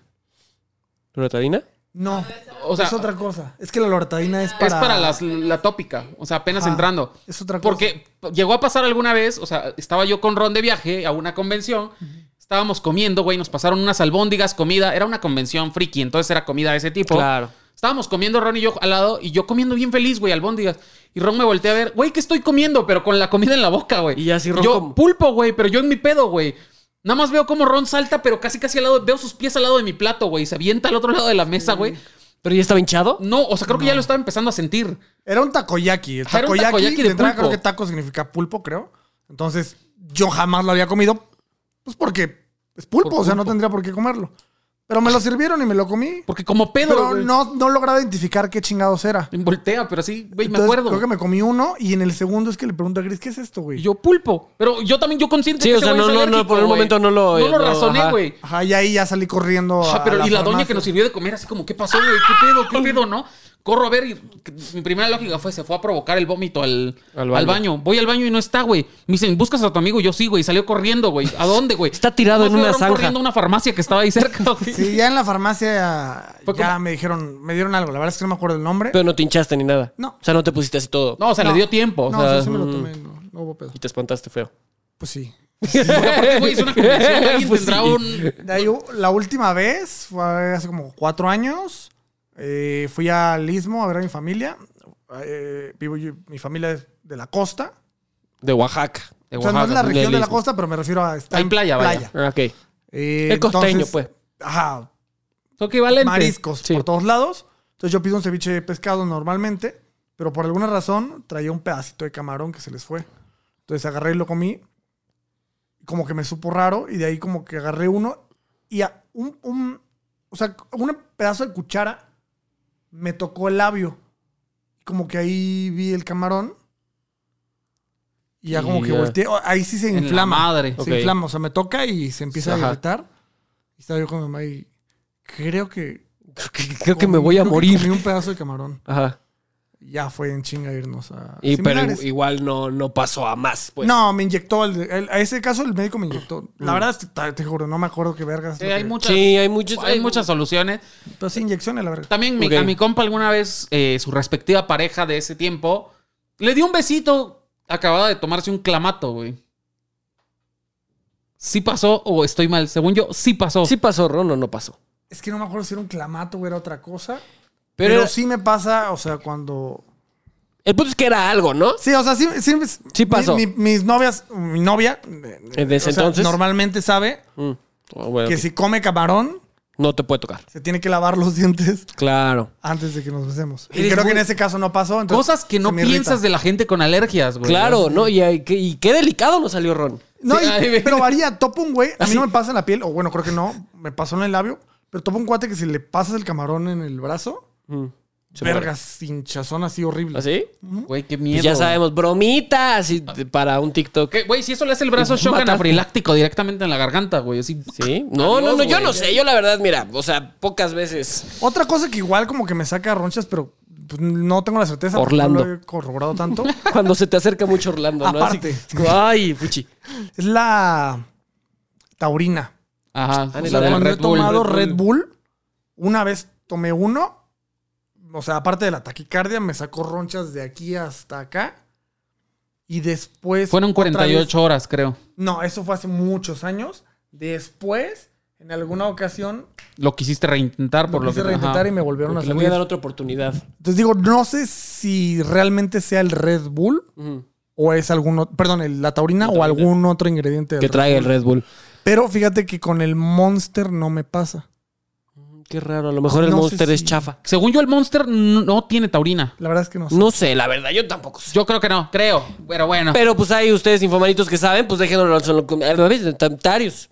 S1: ¿Loratadina?
S3: no,
S2: O sea,
S3: es otra cosa. Es que la loratadina es para...
S2: es para las- la tópica, o sea, apenas
S3: Ajá,
S2: entrando.
S3: Es otra cosa.
S2: Porque llegó a pasar alguna vez, o sea, estaba yo con Ron de viaje a una convención, estábamos comiendo, güey, nos pasaron unas albóndigas, comida, era una convención friki, entonces era comida de ese tipo.
S1: Claro.
S2: Estábamos comiendo Ron y yo al lado y yo comiendo bien feliz, güey, albóndigas. Y Ron me voltea a ver, güey, ¿qué estoy comiendo? Pero con la comida en la boca, güey.
S1: Y así Ron
S2: Yo,
S1: como-
S2: pulpo, güey, pero yo en mi pedo, güey. Nada más veo como Ron salta, pero casi casi al lado, veo sus pies al lado de mi plato, güey. y Se avienta al otro lado de la mesa, güey.
S1: ¿Pero ya estaba hinchado?
S2: No, o sea, creo que ya lo estaba empezando a sentir.
S3: Era un takoyaki. El
S2: Ajá, Ah, era un
S3: takoyaki,
S2: takoyaki de
S3: de, entrada
S2: pulpo.
S3: creo que taco significa pulpo, creo. Entonces, yo jamás lo había comido, pues porque es pulpo,
S2: Por
S3: o sea, no
S2: pulpo.
S3: tendría por qué comerlo. Pero me lo sirvieron y me lo comí.
S2: Porque como pedo,
S3: Pero
S2: güey.
S3: no, no lograba identificar qué chingados era.
S2: Voltea, pero sí, güey, me
S3: Entonces,
S2: acuerdo.
S3: Creo que me comí uno y en el segundo es que le pregunto a Chris, ¿qué es esto, güey?
S2: Y yo pulpo. Pero yo también, yo consciente
S1: Sí,
S2: que
S1: o
S2: ese
S1: sea,
S2: güey
S1: no, no,
S2: es
S1: no,
S2: alérgico,
S1: por el
S2: güey.
S1: momento no lo- eh,
S2: No lo
S1: no,
S2: razoné,
S1: ajá.
S2: güey.
S3: Ajá, y ahí ya salí corriendo.
S2: Ajá,
S3: a
S2: pero y la doña
S3: farmacia.
S2: que nos sirvió de comer, así como, ¿qué pasó, güey? ¿Qué pedo? ¿Qué pedo, no? Corro a ver y que- mi primera lógica fue, se fue a provocar el vómito al, al
S1: Al
S2: baño.
S1: baño.
S2: Voy al baño y no está, güey. Me dicen, ¿buscas a tu amigo? Yo sí, güey. Salió corriendo, güey. ¿A dónde, güey?
S1: Está tirado
S2: Nomás
S1: en
S2: veo a
S1: una
S2: Ron
S1: zanja.
S2: corriendo a una farmacia que estaba ahí cerca, güey.
S3: Sí, ya en la farmacia
S2: Fue
S3: ya
S2: como-
S3: me dijeron, me dieron algo. La verdad es que no me acuerdo el nombre.
S1: Pero no te hinchaste ni nada.
S3: No.
S1: O sea, no te pusiste así todo.
S2: No, o sea, le
S3: No.
S2: dio tiempo. O
S3: no,
S2: sea, mm.
S3: sí, sí me lo tomé, no, no hubo pedo.
S1: Y te espantaste feo.
S3: Pues sí.
S2: aparte, güey, es una convención. Alguien
S1: Pues
S2: tendrá
S1: sí.
S2: un...
S3: De ahí, la última vez, fue hace como cuatro años, eh, fui al Istmo a ver a mi familia. Eh, vivo yo- mi familia es de la costa.
S1: De Oaxaca.
S2: De
S3: o sea, no es
S2: Oaxaca,
S3: la
S2: sí.
S3: región de la
S1: Istmo.
S3: costa, pero me refiero a estar
S2: Hay playa, vaya.
S1: Ah, Ok.
S3: Eh,
S1: Es costeño, pues.
S3: Ajá,
S2: Son equivalentes.
S3: mariscos
S1: Sí.
S3: por todos lados. Entonces yo pido un ceviche de pescado normalmente, pero por alguna razón traía un pedacito de camarón que se les fue. Entonces agarré y lo comí. Como que me supo raro y de ahí como que agarré uno y a- un, un- o sea, un pedazo de cuchara me tocó el labio. Como que ahí vi el camarón. Y ya como que
S1: Ya.
S3: volteé. Oh, Ahí sí se
S2: En la
S3: inflama.
S2: madre.
S3: Se
S1: Ok.
S3: inflama. O sea, me toca y se empieza
S1: Ajá.
S3: a irritar. Y estaba yo con mi mamá y creo que
S1: Creo que, creo que me
S3: Comí-
S1: voy a
S3: creo que
S1: morir.
S3: Comí un pedazo de camarón.
S1: Ajá.
S3: Ya fue en chinga irnos a.
S1: Y, pero
S3: similares.
S1: igual no, no pasó a más, pues. Mm.
S3: No, me inyectó. el- el- a ese caso, el médico me inyectó. La verdad, es que ta- te, juro, no me acuerdo qué vergas.
S2: Sí,
S3: lo
S2: hay
S3: que-
S2: muchas,
S1: Sí, hay muchos. eh,
S2: hay muchas soluciones.
S3: Entonces, inyecciones, la verga.
S2: También mi-
S1: Ok.
S2: a mi compa alguna vez, eh, su respectiva pareja de ese tiempo, le dio un besito. Acababa de tomarse un clamato, güey. ¿Sí pasó o estoy mal? Según yo, sí pasó.
S1: Sí pasó, Ron, o no pasó.
S3: Es que no me acuerdo si era un clamato o era otra cosa.
S1: Pero,
S3: Pero, sí me pasa, o sea, cuando.
S1: el punto es que era algo, ¿no?
S3: Sí, o sea, sí. Sí,
S1: Sí pasó.
S3: mi- mi- mis novias, mi novia.
S1: Desde ese entonces.
S3: Normalmente sabe
S1: Mm. Ah, bueno,
S3: que
S1: ok.
S3: si come camarón,
S1: No te puede tocar.
S3: se tiene que lavar los dientes
S1: Claro.
S3: antes de que nos besemos. Y
S2: Eres
S3: creo
S2: muy-
S3: que en ese caso no pasó. entonces
S2: Cosas que no
S3: se me irrita.
S2: piensas de la gente con alergias, güey.
S1: Claro, ¿no? Y, hay que- y qué delicado nos salió Ron.
S3: No,
S2: Sí,
S3: y-
S2: ahí ve. ¿Ah,
S3: pero varía. Topo un güey. A mí no me pasa en la piel, o bueno, creo que no. Me pasó en el labio. Pero topo un cuate que si le pasas el camarón en el brazo,
S1: Mm. Se muere.
S3: vergas, hinchazón así
S2: ¿Ah,
S3: horrible.
S1: ¿Así?
S2: Güey, qué
S1: ¿Ah, Pues
S2: miedo.
S1: ya sabemos, bromitas y- para un TikTok.
S2: Que, Güey, si eso le hace el brazo shock
S1: Mataste.
S2: anafiláctico directamente en la garganta, güey. Así.
S1: ¿Sí? No, no,
S2: Adiós,
S1: no, yo
S2: güey.
S1: no sé. Yo la verdad, mira, o sea, pocas veces.
S3: Otra cosa que igual como que me saca ronchas, pero pues, no tengo la certeza. porque
S1: Orlando.
S3: No lo he corroborado tanto.
S1: Cuando se te acerca mucho Orlando, ¿no? Así-
S3: Aparte.
S1: ay, fuchi.
S3: es la taurina.
S1: Ah,
S2: Ajá. o
S1: en
S2: sea,
S1: el-
S2: del
S3: Cuando he
S2: Red Bull.
S3: tomado Red Bull. una vez tomé uno. O sea, aparte de la taquicardia, me sacó ronchas de aquí hasta acá. Y después.
S2: Fueron
S3: otra vez-
S2: 48 horas, creo.
S3: No, eso fue hace muchos años. Después, en alguna ocasión,
S2: Lo quisiste reintentar por
S3: lo
S2: lo
S3: quise
S2: que.
S3: reintentar
S2: ajá.
S3: y me volvieron a
S1: Porque le voy a
S3: salir.
S1: dar otra oportunidad.
S3: Entonces digo, no sé si realmente sea el Red Bull
S1: Ujú.
S3: o es algún otro, perdón, el- la taurina o algún otro ingrediente. del
S1: Que
S3: Red
S1: trae el Red Bull.
S3: Bull. Pero fíjate que con el Monster no me pasa.
S1: Qué raro, a lo mejor el
S3: No sé
S1: Monster es
S3: si-
S1: chafa.
S2: Según yo, el Monster no no tiene taurina.
S3: La verdad es que no sé.
S1: No sé, la verdad, yo tampoco sé.
S2: Yo creo que no, creo. Pero bueno.
S1: Pero pues hay ustedes informalitos que saben, pues déjenos los comentarios.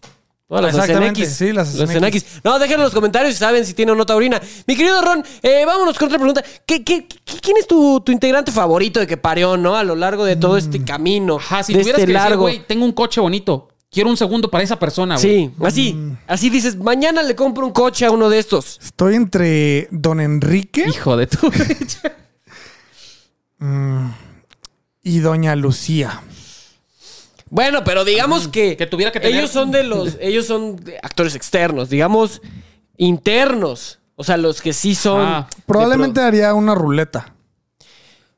S1: Todas las
S3: Exactamente,
S1: Oceanakis.
S3: sí, las
S1: Los
S3: Oceanakis.
S1: Oceanakis. No, déjenlo en los comentarios si saben si tiene o no taurina. Mi querido Ron, eh, vámonos con otra pregunta. ¿Qué, qué, qué- quién es tu, tu integrante favorito de que parió, no? A lo largo de todo
S3: Mm.
S1: este camino,
S2: Ajá, si
S1: de
S2: tuvieras
S1: este
S2: que decir,
S1: largo.
S2: güey, tengo un coche bonito. Quiero un segundo para esa persona, Ah, güey. Mm.
S1: sí, así, así dices, mañana le compro un coche a uno de estos.
S3: Estoy entre Don Enrique
S2: Hijo de tu.
S3: y Doña Lucía.
S1: Bueno, pero digamos que,
S2: que tuviera que tener-
S1: ellos son de los ellos son de actores externos, digamos internos, o sea, los que sí son
S2: Ah.
S3: Probablemente haría una ruleta.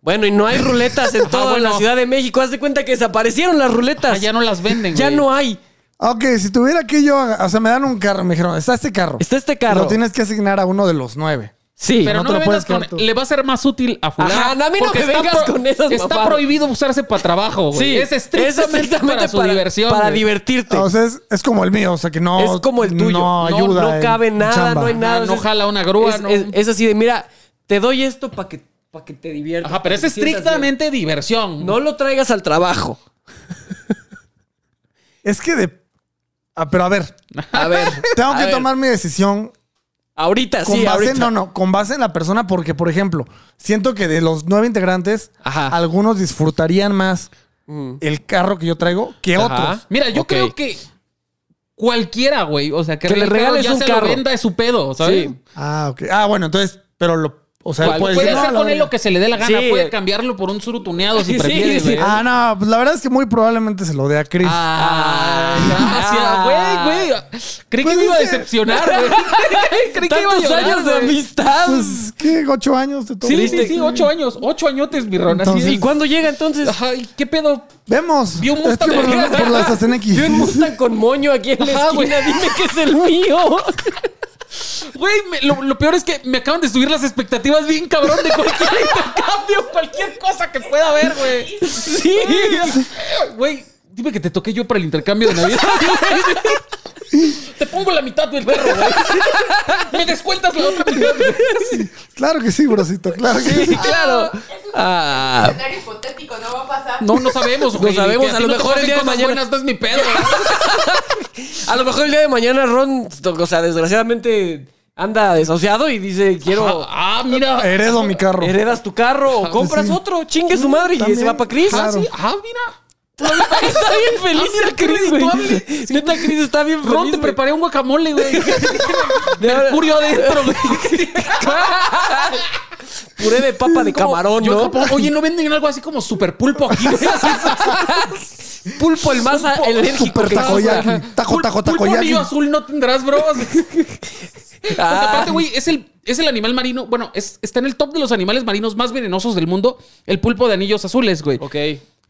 S1: Bueno, y no hay ruletas en toda
S2: Ah, bueno.
S1: la Ciudad de México. Haz de cuenta que desaparecieron las ruletas.
S2: Ah, ya no las venden,
S1: Ya
S2: güey.
S1: no hay.
S3: Ah, Ok, si tuviera que yo, haga- o sea, me dan un carro, me dijeron, está este carro.
S1: Está este carro.
S3: Lo tienes que asignar a uno de los nueve.
S1: Sí.
S2: Pero
S3: no
S2: no,
S3: te
S2: me
S3: lo
S2: vengas
S3: puedes
S2: con.
S3: quedar tú.
S2: Le va a ser más útil a fulano.
S1: Ajá, a mí no
S2: porque
S1: me
S2: está
S1: vengas con esas
S2: Está
S1: mamadas.
S2: prohibido usarse para trabajo, güey.
S1: sí.
S2: Es estrictamente para su diversión.
S1: Para
S2: güey.
S1: divertirte.
S3: Ah, O sea, es, es como el mío, o sea, que no.
S1: es como el tuyo.
S3: No ayuda.
S1: No,
S3: en
S1: cabe nada,
S3: chamba.
S1: no hay nada.
S2: Ah,
S1: o
S2: no
S1: sea, es-
S2: jala una grúa,
S1: Es,
S2: no-
S1: es- es así de, mira, te doy esto para que, pa' que te diviertas.
S2: Ajá, pero
S1: pa'
S2: es
S1: que te sientas bien.
S2: estrictamente diversión.
S1: No lo traigas al trabajo.
S3: Es que de. Ah, pero a ver,
S1: A ver.
S3: tengo
S1: a
S3: que
S1: ver,
S3: tomar mi decisión
S1: Ahorita,
S3: con
S1: sí,
S3: base,
S1: ahorita.
S3: no, no, con base en la persona, porque, por ejemplo, siento que de los nueve integrantes,
S1: Ajá. Mm.
S3: algunos disfrutarían más el carro que yo traigo que
S1: Ajá.
S3: otros.
S2: Mira, yo
S1: Ok.
S2: creo que cualquiera, güey. O sea, que,
S1: Que le
S2: el carro
S1: regales
S2: ya
S1: un
S2: se
S1: carro.
S2: lo venda de su pedo, ¿sabes?
S1: Sí.
S3: Ah, ok. Ah, bueno, entonces, pero lo. O sea,
S2: Cual-
S3: puedes
S2: puede
S3: decir,
S2: hacer
S3: no,
S2: con
S3: la-
S2: él lo que se le dé la gana.
S1: Pues Sí.
S2: Puede cambiarlo por un surutuneado si
S1: Sí,
S2: prefieres,
S1: sí.
S2: güey.
S3: Ah, no, pues la verdad es que muy probablemente se lo dé a Chris.
S2: Ah,
S1: Ah.
S2: gracias, güey, güey. Creí
S3: Pues
S2: que me iba a
S3: es que-
S2: decepcionar, güey. Creí que iba a
S1: Tantos
S2: llorar,
S1: años de
S2: güey.
S1: amistad.
S3: Pues, ¿qué? ¿Ocho años de todo?
S2: Sí,
S1: Triste.
S2: sí, sí, ocho años. Ocho añotes, mi Ron. Así
S3: Entonces-
S1: ¿Y cuándo llega entonces?
S3: ah,
S2: Ay, ¿qué pedo?
S3: Vemos.
S2: Vi un
S3: Es que
S2: Mustang.
S3: por, lo- por las Azeneki.
S1: Yo en Mustang con moño aquí en la
S2: Ajá, güey.
S1: esquina. Dime que es el mío.
S2: Güey, me- lo, lo peor es que me acaban de subir las expectativas bien cabrón de cualquier intercambio, cualquier cosa que pueda haber, güey.
S1: Sí.
S2: Güey, dime que te toqué yo para el intercambio de Navidad. te pongo la mitad del perro, güey. Me descuentas la otra mitad.
S3: Claro que sí, brosito. Claro que sí.
S1: Sí, claro. Ah,
S4: escenario hipotético, no va a pasar.
S2: No, no sabemos, güey.
S1: sabemos,
S2: Que
S1: a
S2: ti
S1: lo
S2: no te
S1: mejor el
S2: pasen
S1: día de
S2: cosas
S1: mañana.
S2: buenas no es mi pedo. güey.
S1: a lo mejor el día de mañana Ron, o sea, desgraciadamente anda desahuciado y dice, quiero,
S2: Ah, ah, mira.
S1: eh,
S3: Heredo mi carro.
S1: heredas tu carro o compras
S3: sí.
S1: otro, chingue su madre y
S3: también,
S1: se va para Chris.
S2: Ah,
S3: claro.
S2: sí. Ah, mira.
S1: Está bien feliz
S2: Ah, mira,
S1: el Chris,
S2: Chris,
S1: güey.
S2: tú hable.
S1: Neta, Chris está bien feliz.
S2: Ron, te
S1: güey.
S2: preparé un guacamole, güey. Mercurio adentro, güey.
S1: Puré de papa de
S2: Como-
S1: camarón,
S2: yo en
S1: ¿no?
S2: Japón, oye, ¿no venden algo así como super pulpo aquí? güey?
S1: Pulpo el más alérgico
S3: super
S1: que
S3: takoyaki.
S1: existe.
S3: Taco, taco,
S2: Pul- Pulpo
S3: takoyaki.
S2: anillo azul no tendrás, bro. Porque
S1: Ah,
S2: aparte, güey, es el, es el animal marino. Bueno, es- está en el top de los animales marinos más venenosos del mundo. El pulpo de anillos azules, güey.
S1: ok.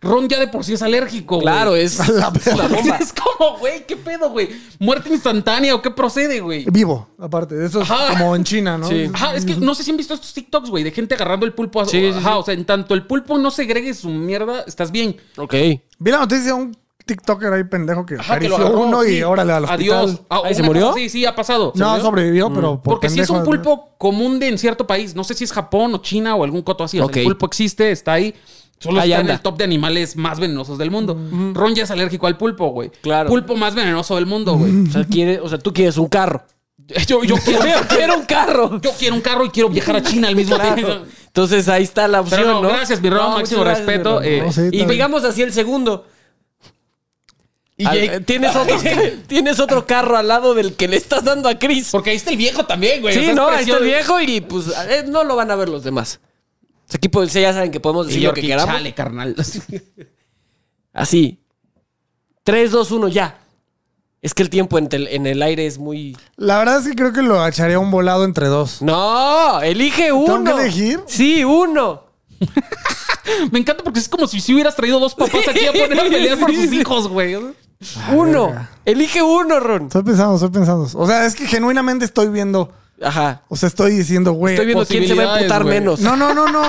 S2: Ron ya de por sí es alérgico, güey.
S1: Claro, es
S3: A la verga.
S2: Es como, güey, ¿qué pedo, güey? ¿Muerte instantánea o qué procede, güey?
S3: Vivo, aparte. Eso es
S2: Ajá.
S3: como en China, ¿no?
S1: Sí.
S2: Ajá, es que no sé si han visto estos TikToks, güey, de gente agarrando el pulpo. azul.
S1: Sí, sí,
S2: Ajá,
S1: sí.
S2: o sea, en tanto el pulpo no segregue su mierda, estás bien.
S1: Ok.
S3: Vi la noticia de un TikToker ahí pendejo que
S2: Ajá, que lo
S3: acarició
S2: agarró,
S3: uno
S2: sí.
S3: y órale al hospital.
S2: Adiós. Ah,
S1: Ay, ¿se
S2: una
S1: murió?
S2: cosa- Sí, sí, ha pasado. ¿Se
S3: No,
S2: murió? Mm.
S3: sobrevivió, pero por
S2: Porque si es
S3: pendejo,
S2: un pulpo común de en cierto país, no sé si es Japón o China o algún coto así. O sea,
S1: Ok.
S2: el pulpo existe, está ahí. Solo
S1: Ahí
S2: está
S1: anda.
S2: en el top de animales más venenosos del mundo. Ron ya es alérgico al pulpo, güey.
S1: Claro.
S2: Pulpo más venenoso del mundo, güey.
S1: O sea, quiere- o sea, tú quieres un carro.
S2: Yo, yo quiero,
S1: quiero un carro.
S2: yo quiero un carro y quiero viajar a China al mismo tiempo.
S1: Entonces ahí está la opción,
S2: Pero no,
S1: ¿no?
S2: gracias, mi Ron,
S1: muchas
S2: máximo
S1: gracias,
S2: respeto,
S1: mi Ron.
S2: eh,
S3: No, sí, está
S1: y
S3: bien.
S1: digamos así el segundo.
S2: Y
S1: Al-
S2: Jake-
S1: tienes otro, tienes otro carro al lado del que le estás dando a Chris.
S2: Porque ahí está el viejo también, güey. O sea,
S1: sí,
S2: es
S1: no, ahí está el
S2: precioso.
S1: viejo y pues eh, no lo van a ver los demás. O sea, aquí pues, ya saben que podemos decir
S2: Y
S1: lo que
S2: Yorkie,
S1: queramos.
S2: chale, carnal.
S1: Así. 3, 2, 1, ya. Es que el tiempo en tel- en el aire es muy.
S3: La verdad es que creo que lo echaría un volado entre dos.
S1: ¡No! ¡Elige uno!
S3: que elegir?
S1: Sí, uno.
S2: Me encanta porque es como si, si hubieras traído dos papás aquí a poner a pelear por sus hijos, güey.
S1: Uno.
S3: Ah, verga.
S1: Elige uno, Ron.
S3: Estoy pensando, estoy pensando. O sea, es que genuinamente estoy viendo.
S1: Ajá.
S3: O sea, estoy diciendo, güey.
S1: Estoy viendo quién se va a
S2: Eh, posibilidades,
S1: emputar
S2: güey.
S1: menos.
S3: No, no, no, no.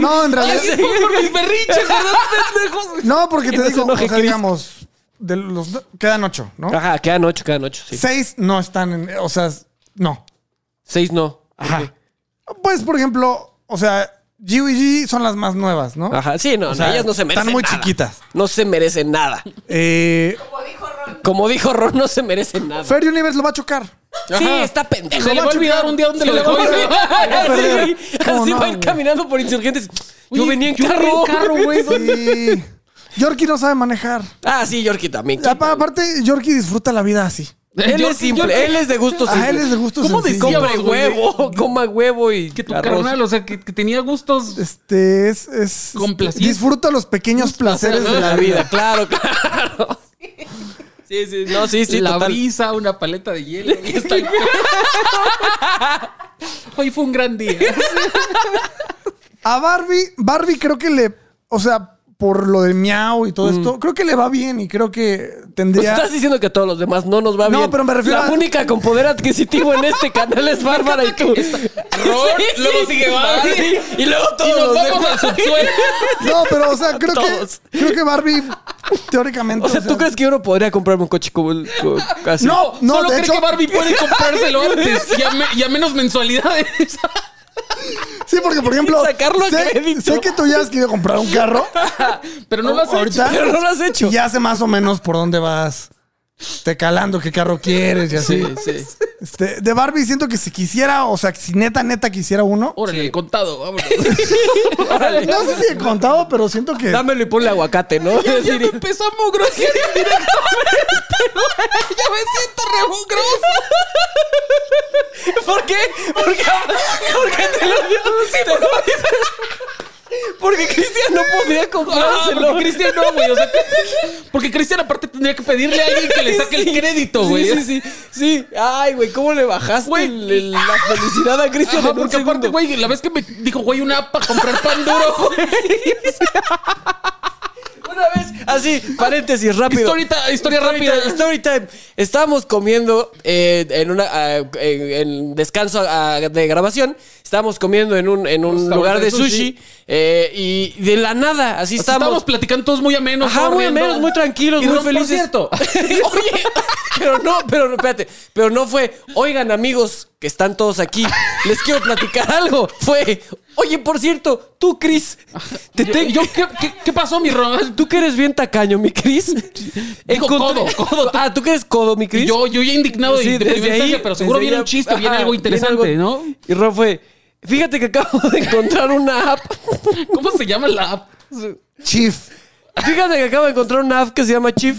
S3: No, en realidad.
S2: Ay, fue por mis berrinches, ¿verdad, pendejos?
S3: No, porque
S1: Que
S3: te
S1: no se
S3: digo, o
S1: enoje
S3: sea,
S1: Chris.
S3: digamos, de los do- quedan ocho, ¿no?
S1: Ajá, quedan ocho, quedan ocho. Sí.
S3: Seis no están en. O sea, no.
S1: Seis no.
S3: Ajá. Pues, por ejemplo, o sea, G y G son las más nuevas, ¿no?
S1: Ajá. Sí, no, no,
S3: sea,
S1: ellas no se merecen.
S3: están muy
S1: nada.
S3: chiquitas.
S1: No se merecen nada.
S3: Eh,
S4: Como dijo Ron,
S1: Como dijo Ron, no se merece nada.
S3: Fair Universe lo va a chocar.
S1: Sí,
S2: Ajá.
S1: está pendejo.
S2: Se le va a
S1: macho.
S2: olvidar un día donde
S1: Se
S2: lo
S1: le
S2: dejó.
S1: va a
S2: y se-
S1: olvidar.
S3: perder.
S1: Sí,
S3: ¿Cómo
S1: Así
S3: no,
S1: va a ir
S3: güey?
S1: caminando por insurgentes. Yo
S2: Oye,
S1: venía en
S2: yo venía
S1: carro.
S2: en carro, güey.
S3: Sí. Yorkie no sabe manejar.
S1: Ah, sí, Yorkie también.
S3: Apa- Aparte, Yorkie disfruta la vida así.
S1: Él
S2: Yo-
S1: es simple,
S2: yo-
S1: él es de gusto
S3: Ah,
S1: simple.
S3: él es de gusto
S1: ¿Cómo de
S3: sencillo,
S1: cobre
S2: güey?
S1: huevo? Coma huevo y
S2: Que tu
S1: arroz.
S2: carnal, o sea, que, que tenía gustos.
S3: Este es. es
S2: Complaciente.
S3: disfruta los pequeños placeres de la
S1: La
S3: vida.
S1: vida, claro, claro. Sí, sí, No, sí, sí,
S2: este, la
S1: total.
S2: brisa, una paleta de hielo. y está el- Hoy fue un gran día.
S3: A Barbie, Barbie creo que le. O sea, por lo de miau y
S1: Mm.
S3: todo esto, creo que le va bien y creo que
S1: Pues
S3: tendría.
S1: estás diciendo que a todos los demás no nos va
S3: No,
S1: bien.
S3: pero me refiero
S1: La
S3: a-
S1: única con poder adquisitivo en este canal es Bárbara y tú.
S2: Ron, luego sigue Barbie,
S1: Y luego todos
S2: Y nos
S1: los
S2: vamos
S1: demás.
S2: al subsuelo.
S3: No, pero o sea, creo
S1: Todos.
S3: que. Creo que Barbie, teóricamente.
S1: O sea, ¿tú crees que yo no podría comprarme un coche como el... co- Casi?
S3: No, no,
S2: Solo
S3: de
S2: cree
S3: hecho-
S2: que Barbie puede comprárselo antes y a, me- y a menos mensualidades.
S3: Sí, porque por ejemplo.
S1: Sacarlo a
S3: sé,
S1: crédito.
S3: sé que tú ya has querido comprar un carro
S2: Pero no lo has hecho.
S3: ahorita.
S1: Pero no lo has hecho.
S3: y ya sé más o menos por dónde vas. Te calando qué carro quieres y así.
S2: Sí, sí.
S3: Este, de Barbie siento que si quisiera, o sea, si neta, neta quisiera uno.
S2: Órale, el contado, vámonos.
S1: Órale.
S3: No sé si he contado, pero siento que.
S1: Dámelo y ponle aguacate, ¿no?
S2: Ya,
S1: Es
S2: ya
S1: decir,
S2: me empezó a mugrosear indirectamente, güey. Ya me siento re mugroso.
S1: ¿Por qué? ¿Por qué, por qué te lo dio? Te lo dio. Porque Cristian no podía
S2: Ah,
S1: comprárselo.
S2: porque Cristian no, güey. O sea, que- porque Cristian aparte tendría que pedirle a alguien que le saque el crédito, güey.
S1: Sí, sí, sí, sí. Ay, güey, ¿cómo le bajaste
S2: Güey.
S1: el- el- la felicidad a Cristian?
S2: Ajá,
S1: en un
S2: porque aparte,
S1: segundo?
S2: güey, la vez que me dijo, güey, una app para comprar pan duro. güey.
S1: Una vez, así, paréntesis, rápido.
S2: Historia, historia rápida.
S1: Story time, story time. Estábamos comiendo eh, en una ah, en, en descanso ah, de grabación. Estábamos comiendo en un, en un
S2: Restaurante
S1: lugar de
S2: de sushi.
S1: sushi. eh, y de la nada, así
S2: Estábamos,
S1: estábamos.
S2: platicando todos muy amenos.
S1: Ajá,
S2: todos
S1: muy
S2: riendo.
S1: amenos, muy tranquilos,
S2: Y
S1: muy
S2: Ron, por
S1: felices.
S2: cierto.
S1: Oye, pero no, pero no, espérate, pero no fue, oigan amigos que están todos aquí, les quiero platicar algo. Fue, oye, por cierto, tú, Cris, te
S2: Yo-
S1: te-
S2: yo, ¿qué, qué, qué pasó, mi Ron?
S1: tú que eres bien tacaño, mi Cris.
S2: codo, codo, tú-
S1: Ah, tú que eres codo, mi Cris.
S2: Yo, yo ya indignado
S1: Sí,
S2: de, de
S1: desde
S2: primera
S1: ahí,
S2: instancia, pero seguro
S1: desde
S2: viene
S1: ahí,
S2: un chiste, viene
S1: ajá,
S2: algo interesante,
S1: algo-
S2: ¿no?
S1: Y Ron fue, fíjate que acabo de encontrar una app.
S2: ¿Cómo se llama la app?
S3: Chief.
S1: Fíjate que acabo de encontrar una app que se llama Chief,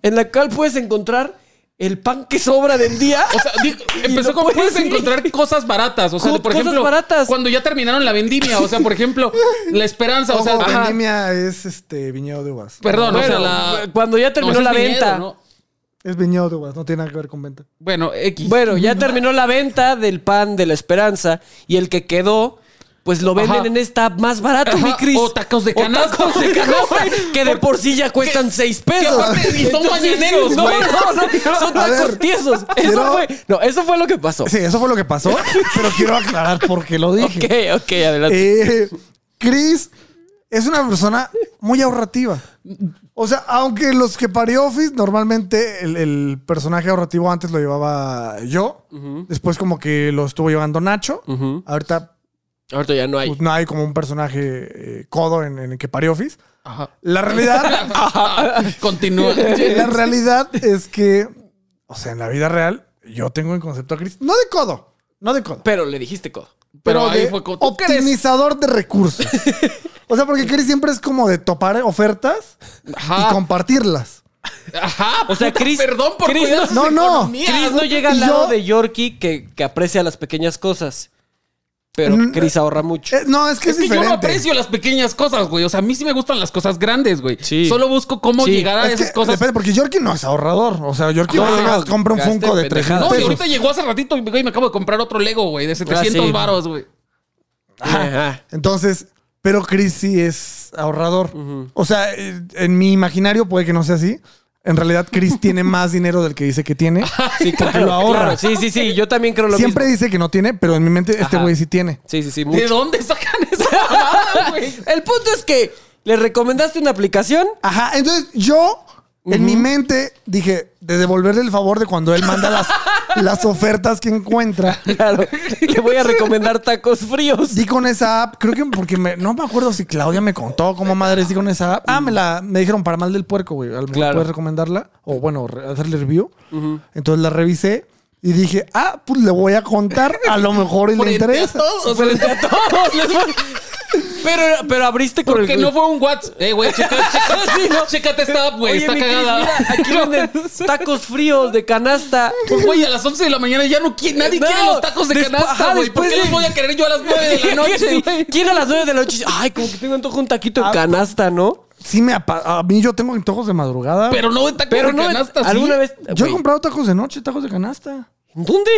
S1: en la cual puedes encontrar el pan que sobra del día.
S2: O sea, di-
S1: Y
S2: empezó
S1: lo
S2: como puedes
S1: ir-
S2: encontrar cosas baratas. O sea,
S1: Co-
S2: por
S1: cosas
S2: ejemplo,
S1: baratas.
S2: cuando ya terminaron la vendimia. O sea, por ejemplo, la esperanza. O sea,
S3: Ojo,
S2: ajá,
S3: vendimia es este viñedo de uvas.
S2: perdón, o sea,
S1: Bueno,
S2: la.
S1: cuando ya terminó
S2: No, eso
S1: la
S2: es viñedo,
S1: venta.
S2: ¿no?
S3: Es viñedo de uvas, no tiene nada que ver con venta.
S2: Bueno, X.
S1: Bueno, ya terminó la venta del pan de la esperanza y el que quedó, pues lo venden
S2: Ajá.
S1: en esta app más barato,
S2: Ajá,
S1: mi Cris.
S2: o tacos de
S1: O tacos
S2: canasta.
S1: de canasta, que de por sí ya cuestan seis pesos.
S2: aparte, y son
S1: Entonces,
S2: mañaneros,
S1: no,
S2: güey.
S1: no, no, son
S3: A
S1: tacos
S3: ver,
S1: tiesos. Eso
S3: quiero-
S1: fue, no, eso fue lo que pasó.
S3: Sí, eso fue lo que pasó, pero quiero aclarar por qué lo dije.
S1: Ok, ok, adelante.
S3: Eh, Chris es una persona muy ahorrativa. O sea, aunque los que parió Office, normalmente el, el personaje ahorrativo antes lo llevaba yo. Después como que lo estuvo llevando Nacho. Ahorita
S1: Ahorita ya no hay.
S3: pues, no hay como un personaje eh, codo en, en el que parió Office.
S2: Ajá.
S3: La realidad...
S2: Continúa.
S3: la realidad es que, o sea, en la vida real, yo tengo en concepto a Chris. No de codo, no de codo.
S1: Pero le dijiste codo.
S2: Pero
S3: Pero,
S2: ahí
S3: de
S2: fue como, ¿tú qué eres?
S3: optimizador de recursos. O sea, porque Chris siempre es como de topar ofertas
S2: Ajá.
S3: y compartirlas.
S2: Ajá.
S1: O sea,
S2: puta,
S1: Chris-
S2: Perdón por
S1: Chris
S2: cuidar
S1: no-
S2: sus
S3: no, no.
S2: economías.
S1: Chris no llega
S3: Y
S1: al lado
S3: yo-
S1: de Yorkie que, que aprecia las pequeñas cosas. Pero
S3: Mm.
S1: Chris ahorra mucho.
S3: Eh, no, es que es,
S2: Es que yo
S3: diferente.
S2: no aprecio las pequeñas cosas, güey. O sea, a mí sí me gustan las cosas grandes, güey.
S1: Sí.
S2: Solo busco cómo
S1: Sí.
S2: llegar a
S3: Es que
S2: esas cosas.
S3: depende, porque Yorkie no es ahorrador. O sea, Yorkie
S1: No,
S3: va y
S1: no,
S3: gas- compra un
S1: gaste
S3: Funko de
S1: pendejadas.
S2: No,
S3: 300
S2: y
S3: pesos.
S2: ahorita llegó hace ratito y güey, me acabo de comprar otro Lego, güey, de 700
S1: Ah, sí.
S2: varos, güey.
S1: Ajá.
S3: Entonces, pero Chris sí es ahorrador. O sea, eh, en mi imaginario puede que no sea así. En realidad, Chris tiene más dinero del que dice que tiene.
S1: Sí, claro,
S3: lo ahorra.
S1: claro. Sí, sí, sí. Yo también creo lo
S3: Siempre
S1: mismo.
S3: dice que no tiene, pero en mi mente este
S1: Ajá.
S3: güey sí tiene.
S1: Sí, sí, sí.
S2: ¿De
S1: Mucho.
S2: dónde sacan esa mamada, güey?
S1: El punto es que le recomendaste una aplicación.
S3: Ajá, entonces yo en mi mente dije de devolverle el favor de cuando él manda las las ofertas que encuentra.
S1: Claro. Le voy a recomendar tacos fríos.
S3: Di con esa app, creo que porque me- no me acuerdo si Claudia me contó cómo madres di con esa app. Ah, me la me dijeron para mal del puerco, güey. A lo mejor
S1: Claro.
S3: puedes recomendarla o bueno, re- hacerle review. Entonces la revisé y dije, "Ah, pues le voy a contar, a lo mejor y le
S2: Frente a
S3: interesa."
S2: todos,
S1: Frente a todos. les voy- Pero, pero abriste con el.
S2: Porque no fue un WhatsApp. Eh, güey, checa, checa,
S1: Sí, no.
S2: chécate esta app, güey.
S1: Oye,
S2: Está
S1: mi Cris,
S2: cagada.
S1: mira, aquí venden tacos fríos de canasta.
S2: Pues, güey, a las 11 de la mañana ya no quiere, nadie
S1: No,
S2: quiere los tacos de
S1: despu-
S2: canasta,
S1: ajá,
S2: güey. ¿Por
S1: después
S2: qué
S1: de-
S2: los voy a querer yo a las 9 de la noche,
S1: Sí,
S2: güey?
S1: ¿Quién a las 9 de la noche dice, ay, como que tengo antojo un taquito de canasta, ¿no?
S3: Sí me apa- a mí yo tengo antojos de madrugada. güey.
S2: Pero no de tacos
S1: Pero
S2: de
S1: no,
S2: canasta, ¿sí?
S1: alguna vez...
S3: yo he
S1: Güey,
S3: comprado tacos de noche, tacos de canasta.
S1: ¿Dónde?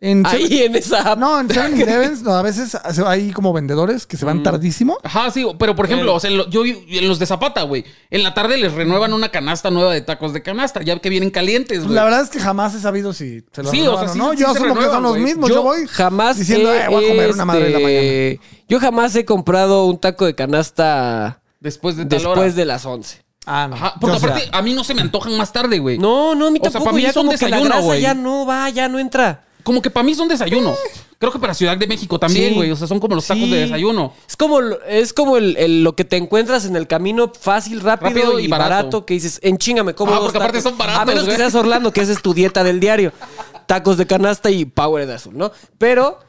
S3: En
S1: Ahí, en
S2: Ah,
S1: esa app.
S3: No, en 7-Elevens no, a veces hace- hay como vendedores que se
S2: Mm.
S3: van tardísimo.
S2: Ajá, sí, pero por ejemplo, o sea, lo- yo vi- en los de Zapata, güey. En la tarde les renuevan una canasta nueva de tacos de canasta, ya que vienen calientes,
S3: Pues
S2: güey.
S3: la verdad es que jamás he sabido si se lo
S2: Sí,
S3: renovaron
S2: o sea, sí,
S3: no.
S2: sí
S3: yo
S2: se
S3: asumo que
S2: renuevan,
S3: son los
S2: güey.
S3: mismos.
S1: Yo
S3: Yo, voy
S1: jamás
S3: diciendo,
S1: he,
S3: "Ay, voy a comer una madre en la mañana.
S1: este, Yo jamás he comprado un taco de canasta
S2: Después de tal hora.
S1: después de las 11.
S3: Ah, no.
S2: Ajá, porque
S3: Yo, o sea,
S2: aparte a mí no se me antojan más tarde, güey.
S1: No, no, a mí
S2: O sea,
S1: tampoco.
S2: para mí
S1: ya
S2: es un
S1: como que la
S2: desayuno,
S1: grasa
S2: güey.
S1: ya no va, ya no entra.
S2: Como que para mí son desayuno. Creo que para Ciudad de México también,
S1: Sí.
S2: güey. O sea, son como los tacos
S1: Sí.
S2: de desayuno.
S1: Es como, lo- es como el, el- lo que te encuentras en el camino fácil, rápido,
S2: Rápido
S1: y,
S2: y
S1: barato.
S2: barato.
S1: que dices, en chinga me como
S2: Ah,
S1: dos
S2: porque aparte
S1: tacos".
S2: son baratos,
S1: A menos que
S2: güey.
S1: seas Orlando, que esa es tu dieta del diario. Tacos de canasta y power de azul, ¿no? Pero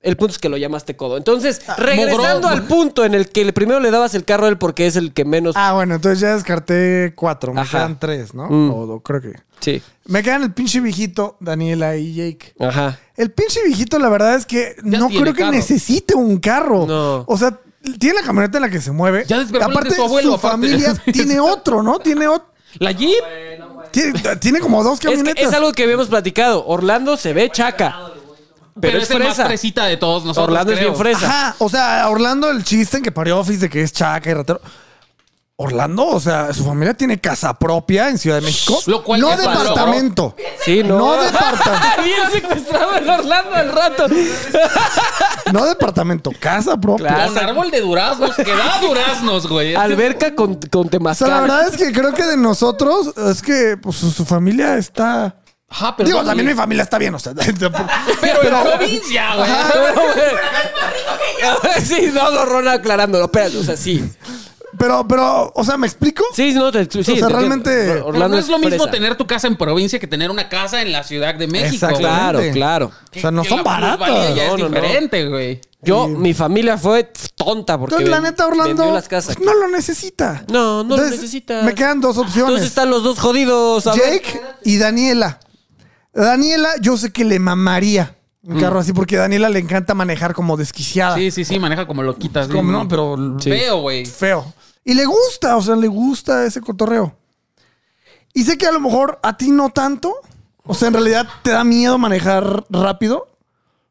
S1: el punto es que lo llamaste codo. Entonces,
S2: Ah,
S1: regresando
S2: mugrón.
S1: al punto en el que le- primero le dabas el carro a él porque es el que menos...
S3: Ah, bueno, entonces ya descarté cuatro. Me
S1: Ajá.
S3: quedan tres, ¿no?
S1: Mm.
S3: O do- creo que.
S1: Sí.
S3: Me quedan el pinche viejito, Daniela y Jake.
S1: Ajá.
S3: El pinche viejito, la verdad es que
S2: Ya
S3: no
S2: tiene
S3: creo que
S2: carro.
S3: necesite un carro.
S1: No.
S3: O sea, tiene la camioneta en la que se mueve.
S2: Ya desvergüenza
S3: aparte,
S2: de su abuelo, aparte.
S3: familia tiene otro, ¿no? Tiene, ot-
S2: La Jeep.
S1: Ah,
S3: tiene, tiene como dos
S1: Es, que
S3: camionetas.
S1: es algo que habíamos platicado. Orlando se ve chaca. Pero,
S2: Pero,
S1: es
S2: es, el más
S1: fresa.
S2: fresita de todos nosotros.
S1: Orlando es
S2: creo.
S1: bien fresa.
S3: Ajá, o sea, a Orlando el chiste en que parió Office de que es chaca y ratero. Orlando, o sea, su familia tiene casa propia en Ciudad de México.
S2: Lo cual
S3: no
S2: es valor.
S3: departamento.
S1: Sí, no.
S3: No departamento.
S1: Ah, Bien secuestrado en Orlando al rato.
S3: No departamento, casa propia.
S1: Claro.
S2: Con árbol de duraznos, que da duraznos, güey.
S1: Alberca con, con
S3: O sea,
S1: temazcal.
S3: la verdad es que creo que de nosotros es que pues, su, su familia está.
S2: Ajá, pero.
S3: Digo, también mi familia está bien, o sea. tampoco-
S2: Pero, en provincia, güey.
S1: Ah, sí, no, no, Rona aclarándolo. Espérate, o sea, sí.
S3: Pero, pero, o sea, ¿me explico?
S1: Sí, no, te, sí,
S3: sea,
S1: te entiendo.
S3: realmente-
S1: Or-
S2: Pero no es, lo mismo
S1: fresa.
S2: tener tu casa en provincia que tener una casa en la Ciudad de México.
S3: Exacto.
S2: güey.
S1: Claro,
S3: Obviamente.
S1: claro.
S3: O sea, no
S2: Que
S3: son
S2: la plusvalía
S3: baratas.
S2: Ya
S1: No,
S2: es
S1: no, no.
S2: diferente, güey.
S1: Yo, mi familia fue tonta porque.
S3: Entonces, la
S1: ven-
S3: neta, Orlando
S1: vendió las casas.
S3: pues, no lo necesita.
S1: No, no lo
S3: Entonces,
S1: necesita.
S3: Me quedan dos opciones.
S1: Entonces están los dos jodidos. a ver.
S3: Jake y Daniela. Daniela, yo sé que le mamaría
S1: Mm.
S3: un carro así, porque a Daniela le encanta manejar como
S1: Ah.
S3: desquiciada.
S2: Sí, sí, sí, maneja como loquitas.
S3: Es como, no, pero
S1: Sí.
S2: Feo, güey.
S3: feo. Y le gusta, o sea, le gusta ese cotorreo. Y sé que a lo mejor a ti no tanto. O sea, en realidad te da miedo manejar rápido.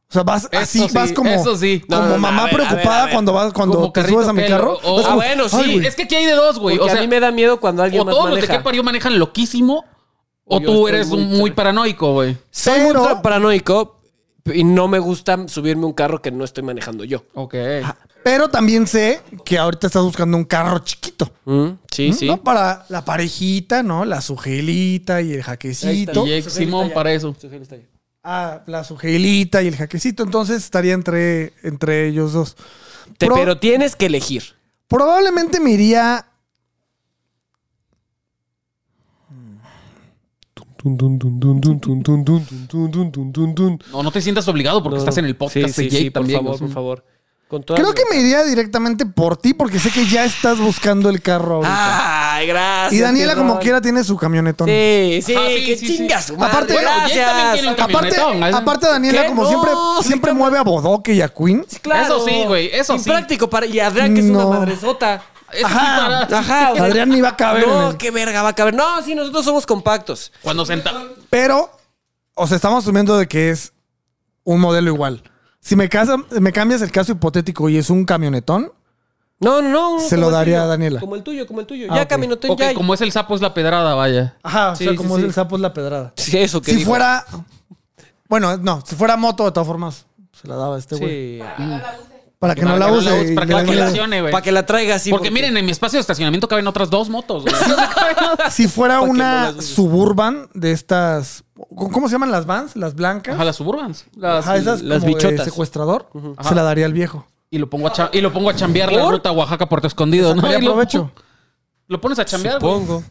S3: O sea, vas así,
S2: sí,
S3: vas como,
S2: eso sí. No,
S3: como
S1: no, no,
S3: mamá
S1: a ver, a ver,
S3: preocupada
S1: a ver.
S3: cuando vas, cuando
S2: Como
S3: te
S2: carrito
S3: subes a mi
S2: que
S3: carro.
S2: lo- o-
S3: Vas
S1: Ah,
S3: como,
S1: bueno,
S3: "Ay,
S1: sí,
S3: güey".
S2: Es que aquí hay de dos, güey.
S1: Porque
S2: O sea,
S1: a mí me da miedo cuando alguien
S2: o
S1: más
S2: todos los de qué
S1: maneja.
S2: parió manejan loquísimo, o
S1: yo
S2: tú
S1: estoy
S2: eres
S1: muy
S2: un muy paranoico, güey.
S1: Soy muy
S3: Pero-
S1: paranoico y no me gusta subirme a un carro que no estoy manejando yo.
S2: Ok.
S1: Ah,
S3: Pero también sé que ahorita estás buscando un carro chiquito.
S1: Mm, Sí, sí.
S3: ¿no? Para la parejita, ¿no? La sugelita y el
S1: Ahí está.
S3: jaquecito.
S2: Y ex Simón para eso.
S3: Ah, la sugelita y el jaquecito. Entonces estaría entre, entre ellos dos.
S1: Te-
S3: Pro-
S1: pero tienes que elegir.
S3: Probablemente me iría.
S2: No, no te sientas obligado porque
S1: No,
S2: estás en el podcast
S1: sí, sí,
S2: de Jake
S1: sí,
S2: también.
S1: Por
S2: o sea.
S1: favor, por favor. Con toda
S3: Creo
S1: mi-
S3: que me iría directamente por ti, porque sé que ya estás buscando el carro ahorita.
S1: Ay, gracias.
S3: y Daniela, como
S1: Pirrón.
S3: quiera, tiene su camionetón.
S1: Sí, sí,
S2: Ajá, sí,
S1: que
S2: sí, sí.
S1: chingas. Aparte,
S3: Aparte- Bueno,
S2: Jake también
S1: gracias.
S2: tiene un cam-
S3: Aparte,
S2: camionetón, ¿eh?
S3: aparte Daniela,
S1: ¿Qué?
S3: como
S1: No,
S3: siempre,
S1: sí,
S3: siempre
S1: cabrón.
S3: mueve a Bodoque y a Queen.
S2: Eso sí, güey, eso sí.
S1: Impráctico para. Y Adrián, que es
S3: No.
S1: una madresota.
S2: Eso sí,
S3: Ajá.
S2: para-
S1: Ajá. o sea,
S3: Adrián ni va a caber. en
S1: No,
S3: el-
S1: qué verga va a caber. No, sí, nosotros somos compactos.
S2: Cuando senta.
S3: Pero, o sea, estamos asumiendo de que es un modelo igual. Si me, casa- me cambias el caso hipotético y es un camionetón,
S1: No, no, no.
S3: Se
S1: como
S3: lo
S1: el
S3: daría
S1: tuyo,
S3: a Daniela.
S1: Como el tuyo, como el tuyo.
S3: Ah,
S1: ya
S3: ok.
S1: caminote,
S2: Ok,
S1: ya.
S2: como es el sapo es la pedrada, vaya.
S3: ajá, o
S1: Sí,
S3: sea,
S1: sí,
S3: como
S1: sí.
S3: es el sapo es la pedrada.
S1: Sí, eso que
S3: si
S1: digo.
S3: fuera, bueno, no, si fuera moto, de todas formas, se la daba a este
S1: Sí.
S3: güey.
S2: Ah,
S4: Para que no la use.
S3: Para que
S2: Para que no la use,
S3: no la use. y
S2: para que
S3: le
S2: la
S3: den-
S2: coleccione, güey.
S1: Para que la traiga así.
S2: porque, miren, en mi espacio de estacionamiento caben otras dos motos, güey.
S3: Si fuera
S1: Para que no
S3: una
S1: las-
S3: suburban de estas. ¿Cómo se llaman las vans? Las blancas.
S2: Ajá, las suburbans. Las-
S3: Ajá, esas
S1: las
S3: como de
S1: bichotas.
S3: secuestrador.
S2: Ajá.
S3: Se la daría al viejo.
S2: y, lo pongo a cha- y lo pongo a chambear la
S1: ¿Por?
S2: ruta a Oaxaca Puerto Escondido, ¿no?
S3: Sacaría
S2: Y lo,
S3: provecho.
S2: lo pones a chambear, güey.
S1: Supongo.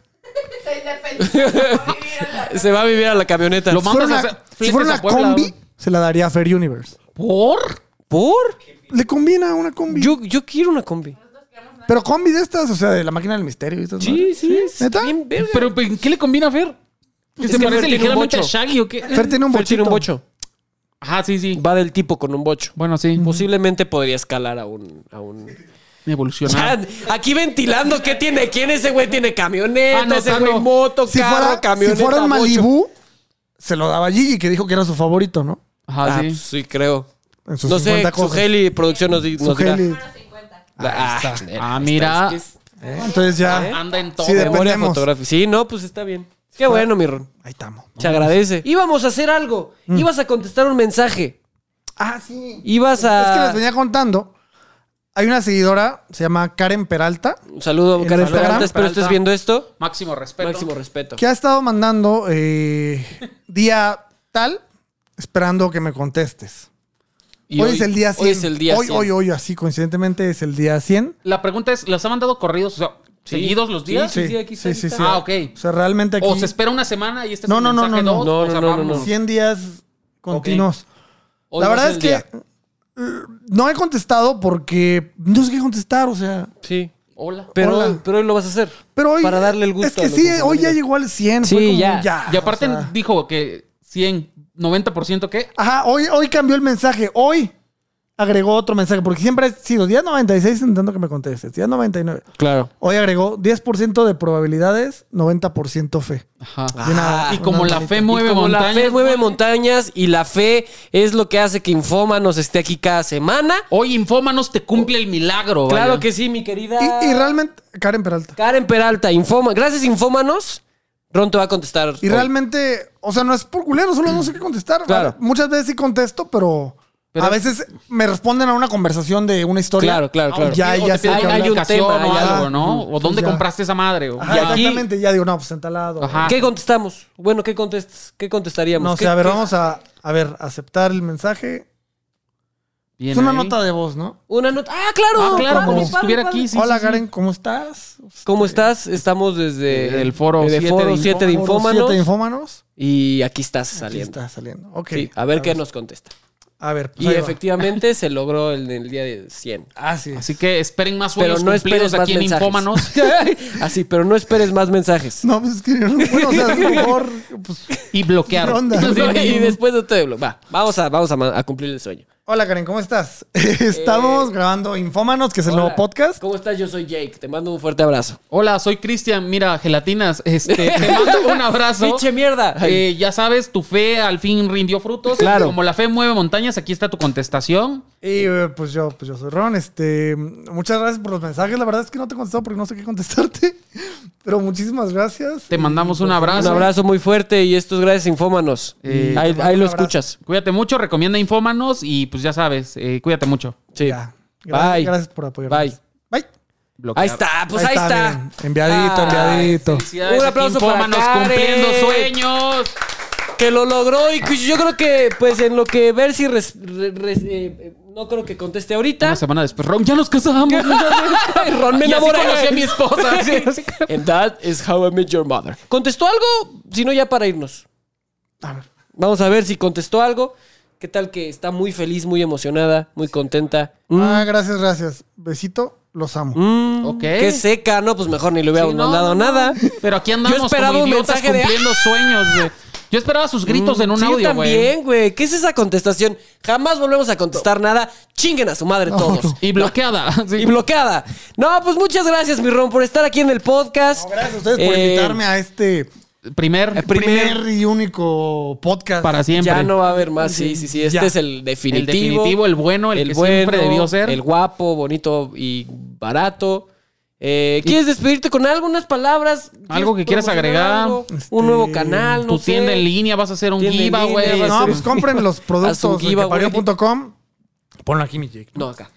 S4: Se independiza. por vivir en la-
S1: Se va a vivir a la camioneta.
S2: Lo
S3: Si fuera
S2: mandas a
S3: una,
S2: hacer
S3: si
S2: fletes
S3: fuera
S2: a
S3: una
S2: Puebla,
S3: combi,
S2: güey.
S3: se la daría a Fair Universe.
S2: ¿Por?
S1: ¿Por?
S3: Le combina una combi.
S1: Yo, yo quiero una combi.
S3: Pero combi de estas, o sea, de la máquina del misterio. y estas
S1: Sí,
S3: madres.
S1: sí. es
S3: ¿Neta?
S1: Bien verga.
S2: ¿Pero pero, en qué le combina a Fer?
S1: Es
S2: ¿Se
S1: que Fer
S2: parece
S1: tiene un
S2: ligeramente a
S1: bocho.
S2: Shaggy o qué?
S3: Fer tiene un
S1: Fer tiene
S3: bochito.
S1: un bocho.
S2: Ajá, sí, sí.
S1: Va del tipo con un bocho.
S2: Bueno, sí.
S3: Pues
S1: Posiblemente podría escalar a un. A un...
S2: Evolucionar.
S1: Ya, aquí ventilando qué tiene. ¿Quién ese güey tiene camioneta?
S2: Ah, no,
S1: ese
S2: está,
S1: güey
S2: no.
S1: moto,
S3: Si
S1: carro,
S3: fuera, si
S1: camioneta.
S3: fuera en
S1: bocho.
S3: Malibú, se lo daba a Gigi, que dijo que era su favorito, ¿no?
S2: Ajá,
S1: Ah,
S2: sí.
S1: pues sí, creo.
S3: En sus
S1: no sé,
S3: 50 cosas.
S1: Sujeli Producción nos, di- nos dirá.
S3: Sujeli.
S4: Número 50.
S1: Ah, nena,
S2: Ah, mira.
S1: es que es
S3: Eh, Entonces ya.
S2: Anda en todo.
S3: Sí, de-
S1: memoria
S3: Dependemos.
S1: fotográfica. Sí, no, pues está bien. Qué bueno, mi Ron.
S3: Ahí estamos.
S1: Se agradece.
S3: Mm.
S1: Íbamos a hacer algo. Ibas a contestar un mensaje.
S3: Ah, sí.
S1: Ibas
S3: Es que
S1: a.
S3: les venía contando. Hay una seguidora, se llama Karen Peralta,
S1: Un saludo,
S3: En
S1: Karen
S3: Instagram,
S1: Fernández, Espero
S2: Peralta.
S1: estés viendo esto.
S2: Máximo respeto.
S1: Máximo respeto.
S3: que ha estado mandando eh, día tal, esperando que me contestes.
S2: Y
S3: hoy, es el día 100.
S1: hoy es el día
S3: hoy,
S1: 100.
S3: hoy, hoy, así coincidentemente es el día 100.
S2: La pregunta es, ¿los han mandado corridos? O sea, ¿seguidos los días?
S1: Sí, sí, aquí está,
S3: sí,
S1: aquí
S3: sí,
S1: está.
S3: sí.
S2: Ah, ok.
S3: O sea, realmente aquí
S2: ¿O se espera una semana y este es
S3: No,
S2: el
S3: no, no,
S2: mensaje
S3: no,
S2: dos?
S1: no.
S2: O
S1: No,
S2: sea,
S1: no, no, no,
S2: vamos.
S1: no.
S3: 100 días continuos.
S1: Hoy
S3: La
S1: va a
S3: verdad
S1: ser
S3: es
S1: el
S3: que
S1: día.
S3: eh, no he contestado porque no sé qué contestar, o sea.
S1: Sí.
S2: Hola.
S1: Pero,
S3: Hola.
S1: pero hoy lo vas a hacer.
S3: Pero hoy.
S1: Para darle el gusto
S3: Es
S1: a
S3: que
S1: los
S3: sí, hoy ya
S1: compañeros.
S3: llegó al 100.
S1: Sí,
S3: fue como
S1: ya.
S3: ya.
S2: Y aparte
S3: ah, o sea.
S2: dijo que 100, 90% ¿qué?
S3: Ajá, hoy, hoy cambió el mensaje. Hoy agregó otro mensaje, porque siempre ha sido día 96 intentando que me contestes, día 99.
S1: Claro.
S3: Hoy agregó 10% de probabilidades, 90% fe.
S2: Ajá.
S3: Y
S1: Ah,
S3: una-
S2: y como
S3: una
S2: la
S3: manita.
S2: fe mueve
S1: y como
S2: montañas.
S1: la fe mueve montañas y la fe es lo que hace que Infómanos esté aquí cada semana.
S2: Hoy Infómanos te cumple el milagro,
S1: Claro
S2: Oh, vaya.
S1: que sí, mi querida.
S3: Y, y realmente, Karen Peralta.
S1: Karen Peralta, Infoma. Gracias, Infómanos. Ron te va a contestar.
S3: Y
S1: hoy.
S3: realmente, o sea, no es por culero, solo no sé qué contestar.
S1: Claro.
S3: Muchas veces sí contesto, pero,
S2: Pero-
S3: a veces me responden a una conversación de una historia.
S1: Claro, claro, claro.
S2: Ah,
S3: Ya,
S2: O te
S3: ya
S2: piden
S3: sé que
S2: una
S3: hablar.
S1: Hay un
S2: ubicación
S1: tema,
S2: o
S1: hay
S2: algo,
S3: algo.
S2: ¿no? O
S3: Pues
S2: dónde
S3: ya.
S2: compraste esa madre. o-
S3: Ajá,
S1: Y aquí-
S3: Exactamente, ya digo, no, pues en tal lado.
S2: Ajá.
S1: ¿Qué contestamos? Bueno, ¿qué contestas? ¿Qué contestaríamos?
S3: No sé,
S1: Pues, ¿Qué-
S3: a ver,
S1: qué-
S3: vamos a, a ver, aceptar el mensaje.
S2: Bien
S3: Es una
S2: ahí.
S3: nota de voz, ¿no?
S1: Una nota. ¡Ah, claro!
S2: Ah, claro,
S1: Padre,
S2: como si
S1: padre,
S2: estuviera
S1: padre.
S2: aquí. Sí,
S3: Hola,
S2: sí, sí.
S3: Karen, ¿cómo estás?
S1: ¿Cómo estás? Estamos desde
S2: Eh, el foro
S1: de
S2: siete
S1: foro
S2: de
S1: 7 de
S3: Foro
S1: Infómanos.
S3: Siete de Infómanos.
S1: Y aquí estás
S3: Aquí
S1: saliendo.
S3: está saliendo. Ok.
S1: Sí, a ver qué nos contesta.
S3: A ver, pues
S1: Y
S3: ahí va.
S1: efectivamente se logró en el día de 100.
S3: Ah, sí.
S2: Así que esperen más
S1: Pero
S2: sueños
S1: no esperes
S2: cumplidos
S1: más
S2: aquí en
S1: mensajes.
S2: Infómanos.
S1: Así, pero no esperes más mensajes.
S3: No, pues es que yo no puedo, o sea, es mejor, pues,
S2: y bloquear.
S3: ¿Qué
S2: Sí,
S3: onda?
S1: No,
S2: sí, sí.
S1: y después de todo, va, vamos a, vamos a, ma- a cumplir el sueño.
S3: Hola Karen, ¿cómo estás? Estamos grabando Infómanos, que es el
S1: Eh, Hola,
S3: nuevo podcast.
S1: ¿Cómo estás? Yo soy Jake. Te mando un fuerte abrazo.
S2: Hola, soy Cristian. Mira, gelatinas. Este, te mando un abrazo.
S1: ¡Pinche mierda!
S2: Eh, ya sabes, tu fe al fin rindió frutos.
S1: Claro.
S2: Como la fe mueve montañas, aquí está tu contestación.
S3: Y eh, pues yo, pues yo soy Ron. Este, muchas gracias por los mensajes. La verdad es que no te he contestado porque no sé qué contestarte. Pero muchísimas gracias.
S2: Te
S3: Y,
S2: mandamos un
S1: un
S3: pues,
S2: abrazo.
S1: abrazo muy fuerte y esto es gracias, Infómanos.
S2: Eh,
S1: ahí
S3: te mando
S1: ahí
S3: un
S1: lo
S3: abrazo.
S1: escuchas.
S2: Cuídate mucho, recomienda Infómanos y pues ya sabes, eh, cuídate mucho.
S1: Sí.
S3: ya. Gracias,
S1: Bye.
S3: gracias por apoyarnos.
S1: Bye.
S3: Bye.
S2: Bloquear.
S1: Ahí está, pues ahí, está. Ah,
S3: bien. Enviadito, enviadito.
S2: Felicidades,
S1: Un
S2: aquí
S1: aplauso para
S2: Infómanos
S1: Karen.
S2: cumpliendo sueños.
S1: Que lo logró y que yo creo que, pues, en lo que ver si res- re- res- eh, no creo que conteste ahorita.
S2: Una semana después, Ron, ya nos casamos.
S1: Ay, Ron, me
S2: Y así
S1: enamoré.
S2: conocí a mi esposa.
S1: Sí. And that is how I met your mother. ¿Contestó algo? Si no, ya para irnos.
S3: A ver.
S1: Vamos a ver si contestó algo. ¿Qué tal que está muy feliz, muy emocionada, muy contenta?
S3: Ah, gracias, gracias. Besito, los amo.
S1: Mm,
S2: Ok.
S1: Qué seca, ¿no? Pues mejor ni le hubiéramos
S2: Sí, no,
S1: mandado
S2: no, no.
S1: nada.
S2: Pero aquí andamos
S1: Yo esperaba
S2: como
S1: un
S2: idiotas
S1: mensaje de- "Ah". Mm,
S2: cumpliendo sueños. güey. Yo esperaba sus gritos en un
S1: Sí, yo
S2: audio, güey.
S1: también, güey. ¿Qué es esa contestación? Jamás volvemos a contestar nada. Chinguen a su madre todos.
S2: Y bloqueada. Sí.
S1: Y bloqueada. No, pues muchas gracias, mi Ron, por estar aquí en el podcast.
S3: No, gracias a ustedes por
S1: Eh,
S3: invitarme a este
S2: Primer,
S1: primer-
S3: primer, y único podcast.
S2: para siempre.
S1: Ya no va a haber más. Sí, sí, sí. Este
S3: Ya.
S1: es el definitivo.
S2: El definitivo, el bueno, el que siempre debió ser.
S1: El guapo, bonito y barato. Eh, ¿Quieres despedirte con algunas palabras?
S2: Algo que quieras
S1: promocionar
S2: agregar?
S1: algo?
S3: Este,
S1: Un nuevo canal, no
S2: tu
S1: sé.
S2: tienda en línea, vas a hacer un
S1: Tienda en
S2: giveaway.
S1: línea,
S2: vas a
S3: No,
S1: hacer-
S2: hacer-
S3: pues compren los
S1: Haz un
S3: productos de
S1: giveaway.
S3: parió.com. Ponlo aquí, mi Jake.
S1: No, acá.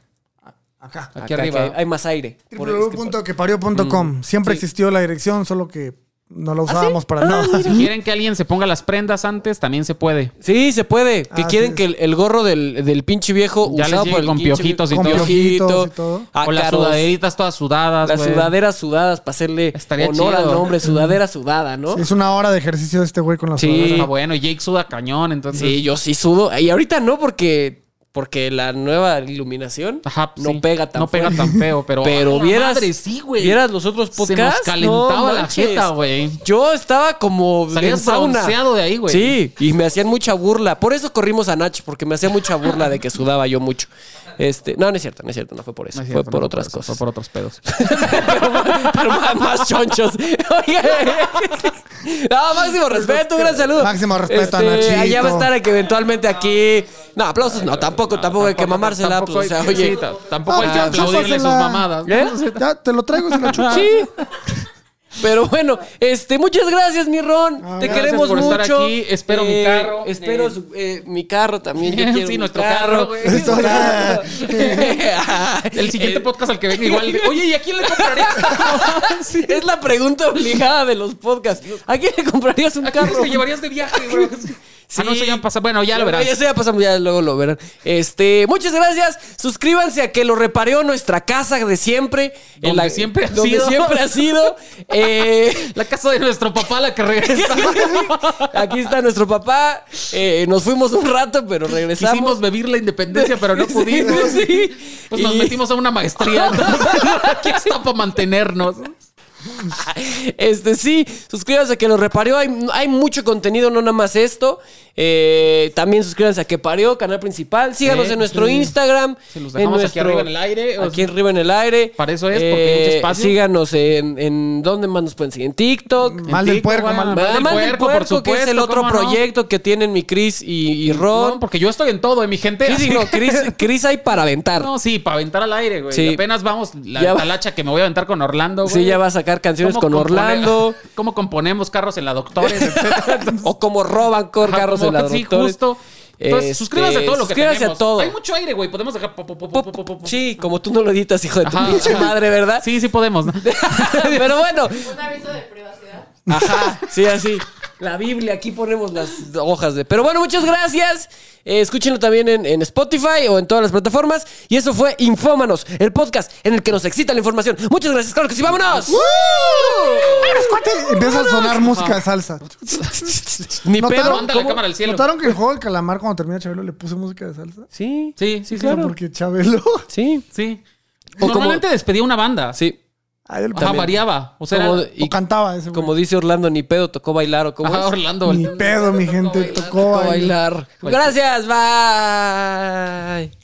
S3: Acá.
S2: Aquí
S1: Acá
S2: arriba.
S1: que hay, hay más aire. Por- es que por-
S3: www.quepario.com. Siempre
S1: sí.
S3: existió la dirección, solo que no la usábamos para nada.
S2: Si quieren que alguien se ponga las prendas antes, también se puede.
S1: Sí, se puede. Que
S3: Ah,
S1: quieren
S3: sí.
S1: que el, el gorro del, del pinche viejo
S2: Ya les
S1: usado
S2: llegue
S1: por el
S2: con
S1: pinche
S2: piojitos y
S1: viejo-
S2: todo.
S1: con
S3: Con piojitos
S1: piojito,
S3: y todo.
S2: o las
S1: ácaros,
S2: sudaderitas todas sudadas.
S1: Ah, Las
S2: güey.
S1: sudaderas sudadas para hacerle
S2: Estaría
S1: honor
S2: chido.
S1: al nombre, sudadera sudada, ¿no?
S3: Es una hora de ejercicio de este güey con la
S1: Sí.
S2: Está bueno. y Jake suda cañón, entonces.
S1: Sí, yo sí sudo. Y ahorita no, porque, porque la nueva iluminación
S2: Ajá,
S1: no
S2: sí.
S1: pega tan
S2: No pega
S1: fuerte.
S2: tan feo, pero.
S1: Pero
S2: ¡A la
S1: vieras-
S2: madre, sí, güey.
S1: ¿Vieras los otros
S2: Se nos
S1: podcasts?
S2: calentaba la
S1: manches.
S2: jeta, güey.
S1: Yo estaba como
S2: Salías
S1: en sauna.
S2: bronceado de ahí, güey.
S1: Sí, y me hacían mucha burla. Por eso corrimos a Nach, porque me hacía mucha burla de que sudaba yo mucho. Este, no, no es cierto, no es cierto, no fue por eso.
S2: No es
S1: fue
S2: cierto,
S1: por
S2: no
S1: otras
S2: eso,
S1: cosas.
S2: Fue por otros pedos.
S1: pero, pero más, más chonchos. Oiga. No, máximo respeto, un gran saludo.
S3: Máximo respeto a
S1: Este,
S3: Nachito.
S1: Allá va a estar el que eventualmente aquí. No, aplausos, no, tampoco, tampoco hay que mamársela.
S2: Tampoco
S1: pues, o sea,
S2: hay que-
S1: oye.
S2: sí, ta- tampoco hay que
S3: Ah,
S2: aplaudirle sus
S3: chúpasela.
S2: mamadas. ¿no?
S1: ¿Eh?
S3: Ya, te lo traigo, se la chupas.
S1: Sí. Pero bueno, este, muchas gracias, mi Ron. Te
S3: Ah, gracias
S1: queremos
S2: por
S1: mucho.
S2: estar aquí. Espero mi carro.
S1: Espero
S2: Eh.
S1: su- eh, mi carro también. Yo quiero
S2: Sí,
S1: mi
S2: nuestro carro, güey.
S1: Nuestro
S3: Eso,
S1: carro.
S2: El siguiente
S1: Eh,
S2: podcast al que venga igual. de, Oye, ¿y a quién le comprarías?
S1: Es la pregunta obligada de los podcasts. ¿A quién le comprarías un
S2: ¿A quién
S1: carro?
S2: te llevarías de viaje, bro? Ah, no, eso ya pasa. Bueno, ya lo verás.
S1: Ya se ya pasamos, ya luego lo verán. Este, muchas gracias. Suscríbanse a que lo repareó nuestra casa de siempre. en
S2: Donde siempre ha
S1: donde
S2: sido.
S1: siempre ha sido. Eh,
S2: La casa de nuestro papá, la que regresa.
S1: aquí está nuestro papá. Eh, nos fuimos un rato, pero regresamos.
S2: Quisimos vivir la independencia, pero no pudimos.
S1: Sí, sí.
S2: Pues nos
S1: Y-
S2: metimos a una maestría. entonces, Aquí está para mantenernos.
S1: Este sí, suscríbanse a que lo reparó. Hay, hay mucho contenido, no nada más esto. Eh, también suscríbanse a que parió, canal principal. Síganos
S2: Sí,
S1: en nuestro
S2: sí.
S1: Instagram.
S2: Sí, los dejamos
S1: en
S2: aquí arriba en el aire, o
S1: Aquí arriba en el aire. Eh,
S2: Para eso es, porque hay mucho espacio.
S1: Síganos en, en dónde más nos pueden seguir. En TikTok.
S3: Mal del
S2: Tito,
S3: puerco,
S2: vayan
S3: mal
S2: a
S3: del-
S1: Además
S2: Mm, del
S1: del
S2: puerco, por
S1: Puerco, que es el
S2: supuesto,
S1: otro
S2: ¿cómo no?
S1: proyecto que tienen mi Chris y, y Ron.
S2: No, porque yo estoy en todo, ¿eh, mi gente.
S1: Sí, sí,
S2: Así-
S1: no, Chris, Chris hay para aventar.
S2: No, sí, para aventar al aire, güey.
S1: Sí.
S2: Apenas vamos la
S1: Ya va.
S2: talacha que me voy a aventar con Orlando, güey.
S1: sí, ya va a sacar canciones
S2: ¿Cómo
S1: con
S2: compone-
S1: Orlando.
S2: ¿Cómo componemos carros en la Doctores, etcétera? Entonces,
S1: o como roban con
S2: ajá,
S1: carros
S2: como-
S1: en la
S2: Sí,
S1: Doctores.
S2: justo. Entonces,
S1: Este,
S2: suscríbanse a todo lo que
S1: suscríbanse
S2: tenemos.
S1: a todo.
S2: Hay mucho aire, güey. Podemos dejar... po, po, po, po, po, po, po.
S1: Sí, como tú no lo editas, hijo de tu
S2: Ajá,
S1: pinche
S2: ajá.
S1: madre, ¿verdad?
S2: Sí, sí podemos. ¿no?
S1: Pero bueno.
S4: Un aviso de privacidad.
S1: Ajá, sí, así. La Biblia, aquí ponemos las hojas de. Pero bueno, muchas gracias. Eh, escúchenlo también en, en Spotify o en todas las plataformas. Y eso fue Infómanos, el podcast en el que nos excita la información. Muchas gracias, claro que sí, vámonos.
S3: Empieza a sonar música de salsa.
S1: Ni
S3: ¿Notaron
S1: pedo.
S2: Manda la
S3: cómo-
S2: cámara al cielo.
S3: ¿Notaron que el juego del calamar cuando termina Chabelo le puse música de salsa?
S1: Sí,
S2: Sí, sí, sí.
S3: Claro. Porque Chabelo...
S1: sí,
S2: Sí.
S1: O
S2: Normalmente despedía una banda.
S1: sí.
S3: Ay, el-
S2: Ajá, variaba. O sea,
S1: Como,
S2: era-
S1: y
S3: o cantaba ese güey.
S1: como dice Orlando, ni pedo tocó bailar o como.
S2: Ajá, Orlando.
S3: Ni pedo, mi gente. Tocó
S1: Tocó
S3: ahí.
S1: bailar. Gracias, bye.